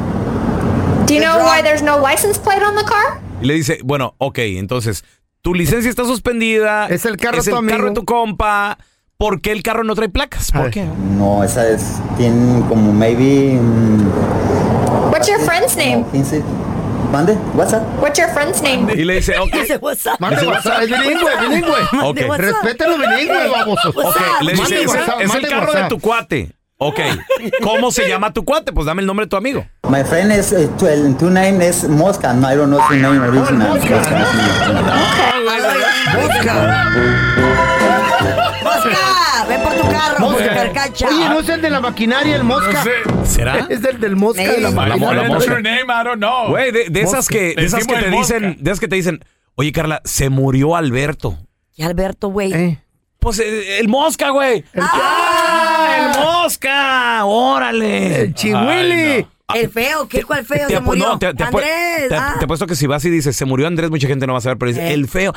[SPEAKER 12] Do you know why there's no license plate on the car?
[SPEAKER 5] Y le dice, bueno, ok, entonces, tu licencia está suspendida. Es el
[SPEAKER 7] carro
[SPEAKER 5] de
[SPEAKER 7] de tu amigo.
[SPEAKER 5] de tu compa. ¿Por qué el carro no trae placas? ¿Por qué?
[SPEAKER 13] No, esa es. Tiene como maybe. mm,
[SPEAKER 12] What's your friend's name?
[SPEAKER 13] 15. ¿Mande? WhatsApp.
[SPEAKER 12] What's your friend's name?
[SPEAKER 5] Y le dice, ok.
[SPEAKER 6] Dice WhatsApp.
[SPEAKER 7] Mande
[SPEAKER 5] Dice,
[SPEAKER 7] WhatsApp, es
[SPEAKER 5] WhatsApp.
[SPEAKER 7] bilingüe,
[SPEAKER 12] [laughs]
[SPEAKER 7] bilingüe.
[SPEAKER 5] Ok.
[SPEAKER 7] Respeten los bilingües, babosos.
[SPEAKER 5] Ok, le dice,
[SPEAKER 7] Mande
[SPEAKER 5] es, el-
[SPEAKER 7] WhatsApp,
[SPEAKER 5] es el
[SPEAKER 7] mande
[SPEAKER 5] carro de
[SPEAKER 7] WhatsApp.
[SPEAKER 5] tu cuate. Ok, ¿cómo se llama tu cuate? Pues dame el nombre de tu amigo.
[SPEAKER 13] My friend is eh, 12, two name is Mosca. No, I don't know his name original.
[SPEAKER 6] ¡Mosca! ¡Ve por tu carro!
[SPEAKER 7] Mosca.
[SPEAKER 6] Pues, supercacha.
[SPEAKER 7] Oye, ¿no es el de la maquinaria, el mosca?
[SPEAKER 5] No sé. ¿Será?
[SPEAKER 7] [laughs] Es el del mosca.
[SPEAKER 5] Sí.
[SPEAKER 7] de la
[SPEAKER 5] La mo- la
[SPEAKER 7] maquinaria.
[SPEAKER 5] mosca. Güey,
[SPEAKER 14] Güey,
[SPEAKER 5] de, de esas que, de esas que te dicen, de esas que te dicen, oye Carla, se murió Alberto.
[SPEAKER 6] Y Alberto, güey.
[SPEAKER 5] Pues eh, el mosca, güey. ¡Ah! ¡El mosca! ¡Órale!
[SPEAKER 6] El
[SPEAKER 5] Ay, no.
[SPEAKER 6] El feo, ¿qué? ¿Cuál feo?
[SPEAKER 5] Te
[SPEAKER 6] Se
[SPEAKER 5] apu-
[SPEAKER 6] murió.
[SPEAKER 5] no, te- te apu-
[SPEAKER 6] Andrés.
[SPEAKER 5] te-
[SPEAKER 6] ah.
[SPEAKER 5] te apuesto que si vas y dices, se murió Andrés, mucha gente no va a saber, pero dice,
[SPEAKER 6] Eh.
[SPEAKER 5] el feo.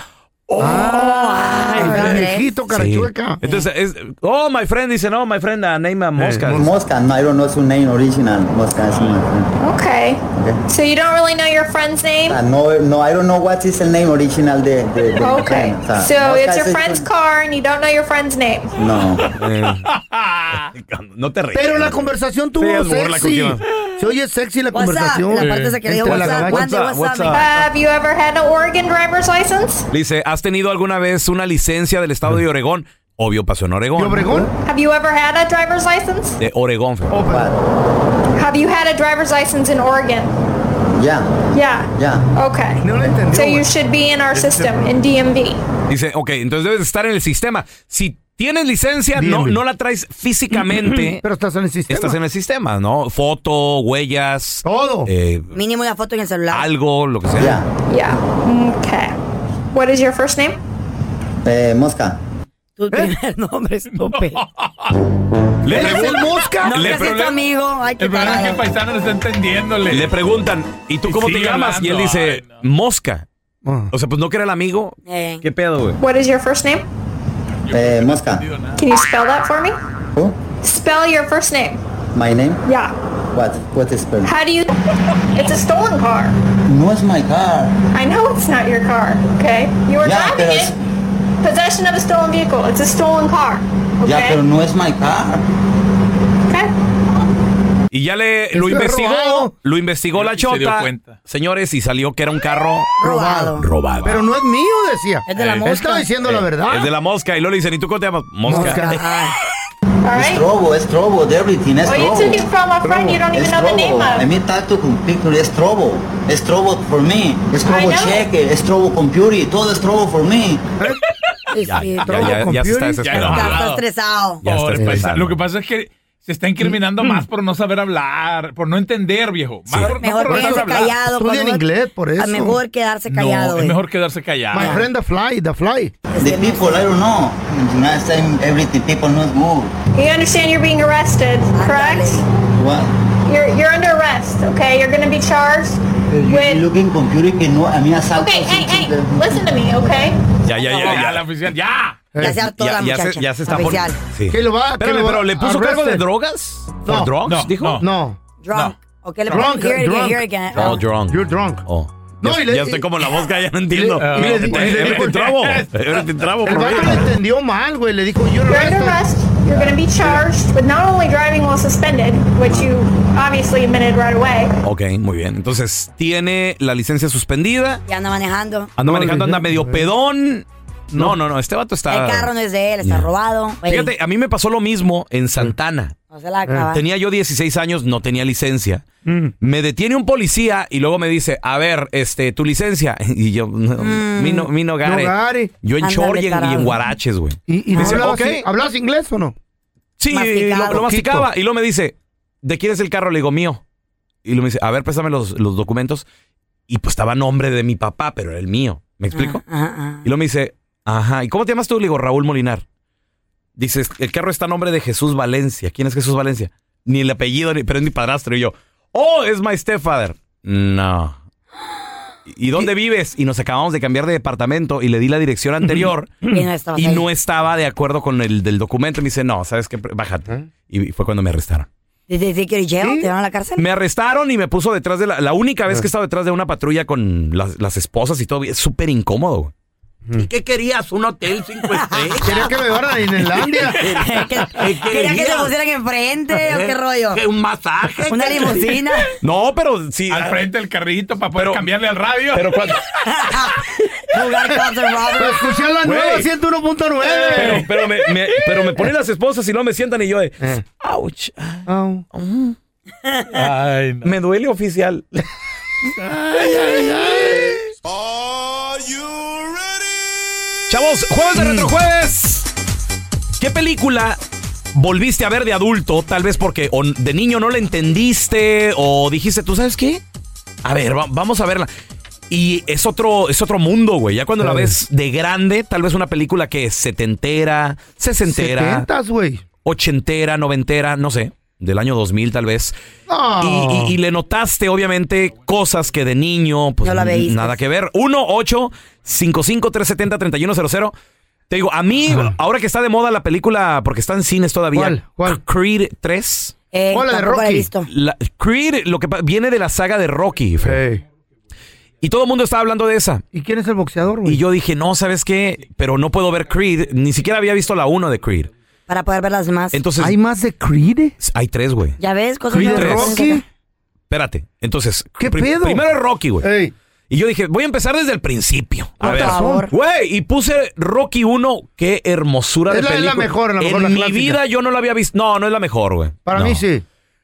[SPEAKER 6] Ah,
[SPEAKER 7] Viejito, carachueca.
[SPEAKER 5] Sí. Entonces, es, oh, my friend, dice, no, my friend, uh, name a mosca.
[SPEAKER 13] Mosca. No, I don't know his name original. Mosca is my friend.
[SPEAKER 12] Okay.
[SPEAKER 13] Okay.
[SPEAKER 12] So you don't really know your friend's name?
[SPEAKER 13] Ah, no, no, I don't know what is the name original de, de, de my
[SPEAKER 12] Okay.
[SPEAKER 13] friend. O sea,
[SPEAKER 12] So
[SPEAKER 13] Mosca
[SPEAKER 12] it's
[SPEAKER 13] is
[SPEAKER 12] your
[SPEAKER 13] his
[SPEAKER 12] friend's
[SPEAKER 13] friend.
[SPEAKER 12] car and you don't know your friend's name.
[SPEAKER 13] No.
[SPEAKER 5] no te
[SPEAKER 7] Pero la conversación tuvo
[SPEAKER 5] Sí, es burla,
[SPEAKER 7] sexy.
[SPEAKER 5] coquillo.
[SPEAKER 7] Se oye sexy la
[SPEAKER 12] What's up?
[SPEAKER 7] conversación.
[SPEAKER 12] La parte esa que
[SPEAKER 7] Entre
[SPEAKER 12] digo,
[SPEAKER 7] la
[SPEAKER 12] what's up,
[SPEAKER 7] gabacha.
[SPEAKER 12] Wendy, Have you ever had an Oregon driver's license?
[SPEAKER 5] Le dice, ¿has tenido alguna vez una licencia del estado de Oregón? Obvio, pasó en Oregón. ¿De Oregón?
[SPEAKER 12] Have you ever had a driver's license?
[SPEAKER 5] De Oregón. feo.
[SPEAKER 12] Have you had a driver's license in Oregon?
[SPEAKER 13] Yeah,
[SPEAKER 12] Yeah.
[SPEAKER 13] yeah.
[SPEAKER 12] Okay. So you should be in our system in DMV.
[SPEAKER 5] Dice, ok, entonces debes estar en el sistema. Si tienes licencia, no, no la traes físicamente.
[SPEAKER 7] [clears throat] Pero estás en el sistema.
[SPEAKER 5] Estás en el sistema, ¿no? Foto, huellas. eh,
[SPEAKER 7] Todo.
[SPEAKER 6] Mínimo una foto en el celular.
[SPEAKER 5] algo, lo que sea.
[SPEAKER 12] Yeah. Okay. What is your first name?
[SPEAKER 13] Eh, Mosca.
[SPEAKER 6] Tu primer nombre es
[SPEAKER 5] [laughs]
[SPEAKER 6] Tope.
[SPEAKER 5] Le
[SPEAKER 6] ¿Eres
[SPEAKER 5] pregun-
[SPEAKER 6] el mosca? No,
[SPEAKER 5] Le
[SPEAKER 6] que así
[SPEAKER 5] pregun-
[SPEAKER 6] está amigo. Ay, qué
[SPEAKER 14] El problema es que el
[SPEAKER 6] tarado.
[SPEAKER 14] paisano no está entendiéndole.
[SPEAKER 5] Le preguntan, ¿y tú
[SPEAKER 14] Y
[SPEAKER 5] cómo te
[SPEAKER 14] sigue
[SPEAKER 5] llamas?
[SPEAKER 14] hablando.
[SPEAKER 5] Y él dice, Mosca.
[SPEAKER 7] Ah.
[SPEAKER 5] O sea, pues no que era el amigo.
[SPEAKER 6] Eh.
[SPEAKER 5] ¿Qué pedo, güey?
[SPEAKER 12] What is your first name?
[SPEAKER 13] Eh, Mosca.
[SPEAKER 12] Can you spell that for me?
[SPEAKER 13] Who?
[SPEAKER 12] Spell your first name.
[SPEAKER 13] My name?
[SPEAKER 12] Yeah.
[SPEAKER 13] What? What is spell?
[SPEAKER 12] How do you? It's a stolen car.
[SPEAKER 13] No es my car.
[SPEAKER 12] I know it's not your car. Okay. You were
[SPEAKER 13] Yeah,
[SPEAKER 12] driving
[SPEAKER 13] it's-
[SPEAKER 12] it. Possession of a stolen vehicle. It's a stolen car.
[SPEAKER 13] Ya, pero no es my car.
[SPEAKER 5] Y ya le lo
[SPEAKER 13] Estoy
[SPEAKER 5] investigó,
[SPEAKER 13] robado.
[SPEAKER 5] lo investigó la
[SPEAKER 7] Y se dio
[SPEAKER 5] chota.
[SPEAKER 7] cuenta.
[SPEAKER 5] Señores, y salió que era un carro
[SPEAKER 7] Robado.
[SPEAKER 5] robado.
[SPEAKER 7] Pero no es mío, decía. Es
[SPEAKER 5] Eh,
[SPEAKER 7] Estaba diciendo la
[SPEAKER 5] eh,
[SPEAKER 7] verdad.
[SPEAKER 5] Es de la mosca. Y luego le dicen, ¿y tú cómo te llamas? Mosca. [laughs]
[SPEAKER 13] Es trobo, es trobo, de everything, es
[SPEAKER 12] Well, you
[SPEAKER 13] trobo.
[SPEAKER 12] took it from a friend you don't
[SPEAKER 13] Es
[SPEAKER 12] even know the name
[SPEAKER 13] trobo.
[SPEAKER 12] of.
[SPEAKER 13] A mí tanto con picture es trobo. Es trobo for me. Es
[SPEAKER 12] I
[SPEAKER 13] trobo
[SPEAKER 12] know.
[SPEAKER 13] cheque, es trobo computer, todo es trobo for me.
[SPEAKER 6] Ya,
[SPEAKER 5] ya, ya, ya se está desesperando.
[SPEAKER 6] Está, está estresado.
[SPEAKER 5] Ya está
[SPEAKER 14] Pobre
[SPEAKER 5] estresado.
[SPEAKER 14] paisa. Lo que pasa es que se está
[SPEAKER 7] Mm,
[SPEAKER 14] incriminando más por no saber hablar, por no entender, viejo. Más por- no
[SPEAKER 6] Mejor
[SPEAKER 14] por no saber
[SPEAKER 6] quedarse
[SPEAKER 14] hablar.
[SPEAKER 6] callado.
[SPEAKER 7] Estudian
[SPEAKER 6] cuando-
[SPEAKER 7] inglés, por
[SPEAKER 6] a
[SPEAKER 7] eso.
[SPEAKER 6] Mejor quedarse
[SPEAKER 14] No,
[SPEAKER 6] callado. eh.
[SPEAKER 14] es
[SPEAKER 6] güey.
[SPEAKER 14] mejor quedarse
[SPEAKER 7] My
[SPEAKER 14] callado.
[SPEAKER 7] friend the fly, the fly.
[SPEAKER 13] The people, I don't know. United States, everything, people not good.
[SPEAKER 12] You understand you're being arrested, correct?
[SPEAKER 13] What?
[SPEAKER 12] You're you're under arrest, okay? You're gonna be charged.
[SPEAKER 13] Pero yo estoy looking computer que no, a mí asalto.
[SPEAKER 12] Okay, hey, hey, listen to me, okay?
[SPEAKER 5] Ya, ya, ya, ya.
[SPEAKER 14] La oficial, ya.
[SPEAKER 7] Eh,
[SPEAKER 12] Ya se hartó la
[SPEAKER 5] ya se,
[SPEAKER 12] muchacha,
[SPEAKER 5] ya se está
[SPEAKER 12] oficial.
[SPEAKER 5] Sí.
[SPEAKER 7] ¿Qué lo va- qué
[SPEAKER 5] Espérame,
[SPEAKER 7] lo va-
[SPEAKER 5] pero ¿le puso cargo de
[SPEAKER 7] arrested?
[SPEAKER 5] drogas? ¿Por
[SPEAKER 7] No,
[SPEAKER 5] drugs,
[SPEAKER 7] no,
[SPEAKER 5] dijo?
[SPEAKER 7] No.
[SPEAKER 6] Drunk. Ok, le
[SPEAKER 7] Drunk,
[SPEAKER 6] pongo here again,
[SPEAKER 7] drunk.
[SPEAKER 6] here again.
[SPEAKER 5] Oh,
[SPEAKER 6] Ah.
[SPEAKER 5] drunk.
[SPEAKER 7] You're drunk.
[SPEAKER 5] Oh.
[SPEAKER 7] No,
[SPEAKER 5] ya,
[SPEAKER 7] y le-
[SPEAKER 5] ya estoy como la mosca, ya no
[SPEAKER 7] [laughs]
[SPEAKER 5] entiendo.
[SPEAKER 7] y le- y le- y le-
[SPEAKER 5] Eres trabo. Eres trabo,
[SPEAKER 7] El vato lo entendió mal, güey. Le dijo, yo
[SPEAKER 12] You're under arrest. You're going to be charged with not only driving while suspended, which you obviously admitted right away.
[SPEAKER 5] Ok, muy bien. Entonces, tiene la licencia suspendida.
[SPEAKER 6] Ya anda manejando.
[SPEAKER 5] Anda manejando, anda medio pedón. No, no, no. Este vato está.
[SPEAKER 6] El carro no es de él, está robado. Güey, Ah,
[SPEAKER 5] Fíjate, a mí me pasó lo mismo en Santana.
[SPEAKER 6] no se la
[SPEAKER 7] Eh.
[SPEAKER 6] acaba.
[SPEAKER 5] Tenía yo 16 años, no tenía licencia.
[SPEAKER 7] Mm.
[SPEAKER 5] Me detiene un policía y luego me dice, a ver, este, tu licencia. [laughs] Y yo, no, mi no, mi no gare.
[SPEAKER 7] No gare.
[SPEAKER 5] Yo en
[SPEAKER 7] Ándale,
[SPEAKER 5] short y en, y
[SPEAKER 7] tarado.
[SPEAKER 5] en guaraches, güey.
[SPEAKER 7] ¿Y, ah, y
[SPEAKER 5] Dice,
[SPEAKER 7] hablabas,
[SPEAKER 5] "Ok".
[SPEAKER 7] ¿hablabas inglés o no?
[SPEAKER 5] Sí,
[SPEAKER 7] Masticado.
[SPEAKER 5] lo, lo masticaba. Y luego me dice, ¿de quién es el carro? Le digo, mío. Y luego me dice, a ver, préstame los, los documentos. Y pues estaba a nombre de mi papá, pero era el mío. ¿Me explico?
[SPEAKER 6] Ah,
[SPEAKER 5] Y luego me dice, ajá, ¿y cómo te llamas tú? Le digo, Raúl Molinar. Dices, el carro está a nombre de Jesús Valencia. ¿Quién es Jesús Valencia? Ni el apellido, ni, pero es mi padrastro. Y yo, oh, es my stepfather. No. ¿Y dónde vives? Y nos acabamos de cambiar de departamento y le di la dirección anterior
[SPEAKER 6] [laughs] Y no estabas
[SPEAKER 5] y
[SPEAKER 6] ahí.
[SPEAKER 5] no estaba de acuerdo con el del documento. Me dice, no, ¿sabes qué? Bájate. Y fue cuando me arrestaron.
[SPEAKER 6] Desde que eres jail, te llevaron a la cárcel.
[SPEAKER 5] Me arrestaron y me puso detrás de la... La única vez que estaba detrás de una patrulla con las, las esposas y todo, es súper incómodo. ¿Y qué querías? ¿Un hotel
[SPEAKER 7] [laughs]
[SPEAKER 5] cinco estrellas?
[SPEAKER 7] Quería que me llevaran a Disneylandia. [laughs]
[SPEAKER 6] Quería que te pusieran enfrente o qué rollo.
[SPEAKER 5] Eh, ¿Un masaje?
[SPEAKER 6] Una limusina.
[SPEAKER 5] [laughs] No, pero sí. ah,
[SPEAKER 14] Al frente del carrito para poder cambiarle al radio.
[SPEAKER 5] Pero
[SPEAKER 14] [laughs]
[SPEAKER 5] cuando...
[SPEAKER 6] [laughs] Jugar Cops and
[SPEAKER 7] Pero
[SPEAKER 6] Robbers.
[SPEAKER 7] escuché la
[SPEAKER 5] Güey.
[SPEAKER 7] nueva 101.9.
[SPEAKER 5] Pero, pero me, me- pero me ponen las esposas y no me sientan y yo de...
[SPEAKER 6] Eh.
[SPEAKER 5] Ouch.
[SPEAKER 6] Oh.
[SPEAKER 7] Au.
[SPEAKER 5] Me duele oficial. Chavos, jueves de
[SPEAKER 7] Mm.
[SPEAKER 5] retrojueves. ¿Qué película volviste a ver de adulto? Tal vez porque o de niño no la entendiste o dijiste, ¿tú sabes qué? A ver, va- vamos a verla. Y es otro, es otro mundo, güey. Ya cuando la ves de grande, tal vez una película que se te entera, se se entera,
[SPEAKER 7] Setentas, güey.
[SPEAKER 5] ochentera, noventera, no sé, del año 2000 tal vez.
[SPEAKER 7] No.
[SPEAKER 5] Y, y- y le notaste, obviamente, cosas que de niño, pues
[SPEAKER 6] No la veías.
[SPEAKER 5] nada que ver. 1 8 55 370 3100 Te digo, a mí, ahora que está de moda la película, porque está en cines todavía.
[SPEAKER 7] ¿Cuál?
[SPEAKER 5] Creed 3.
[SPEAKER 6] Eh,
[SPEAKER 7] Hola, de
[SPEAKER 6] tampoco la he
[SPEAKER 7] Rocky.
[SPEAKER 6] visto.
[SPEAKER 5] La- Creed lo que pa- viene de la saga de Rocky. Fer.
[SPEAKER 7] Ey.
[SPEAKER 5] Y todo el mundo estaba hablando de esa.
[SPEAKER 7] ¿Y quién es el boxeador, güey?
[SPEAKER 5] Y yo dije, no, ¿sabes qué? Pero no puedo ver Creed. Ni siquiera había visto la 1 de Creed.
[SPEAKER 6] Para poder ver las demás.
[SPEAKER 5] Entonces,
[SPEAKER 7] ¿Hay más de Creed?
[SPEAKER 5] hay tres, güey.
[SPEAKER 6] Ya ves, cosas
[SPEAKER 5] Creed
[SPEAKER 6] nuevas que
[SPEAKER 5] tres.
[SPEAKER 6] tenemos que
[SPEAKER 7] ¿Qué?
[SPEAKER 5] Espérate. Entonces,
[SPEAKER 7] ¿Qué
[SPEAKER 5] pri-
[SPEAKER 7] pedo?
[SPEAKER 5] primero es Rocky, güey.
[SPEAKER 7] Ey.
[SPEAKER 5] Y yo dije, voy a empezar desde el principio. A
[SPEAKER 7] Por
[SPEAKER 5] ver.
[SPEAKER 7] favor.
[SPEAKER 5] Güey, y puse Rocky 1, qué hermosura de
[SPEAKER 7] Es la- es la
[SPEAKER 5] película.
[SPEAKER 7] mejor, la mejor,
[SPEAKER 5] En
[SPEAKER 7] la
[SPEAKER 5] mi
[SPEAKER 7] clásica.
[SPEAKER 5] vida yo no la había visto. No, no es la mejor, güey.
[SPEAKER 7] Para
[SPEAKER 5] No.
[SPEAKER 7] mí sí.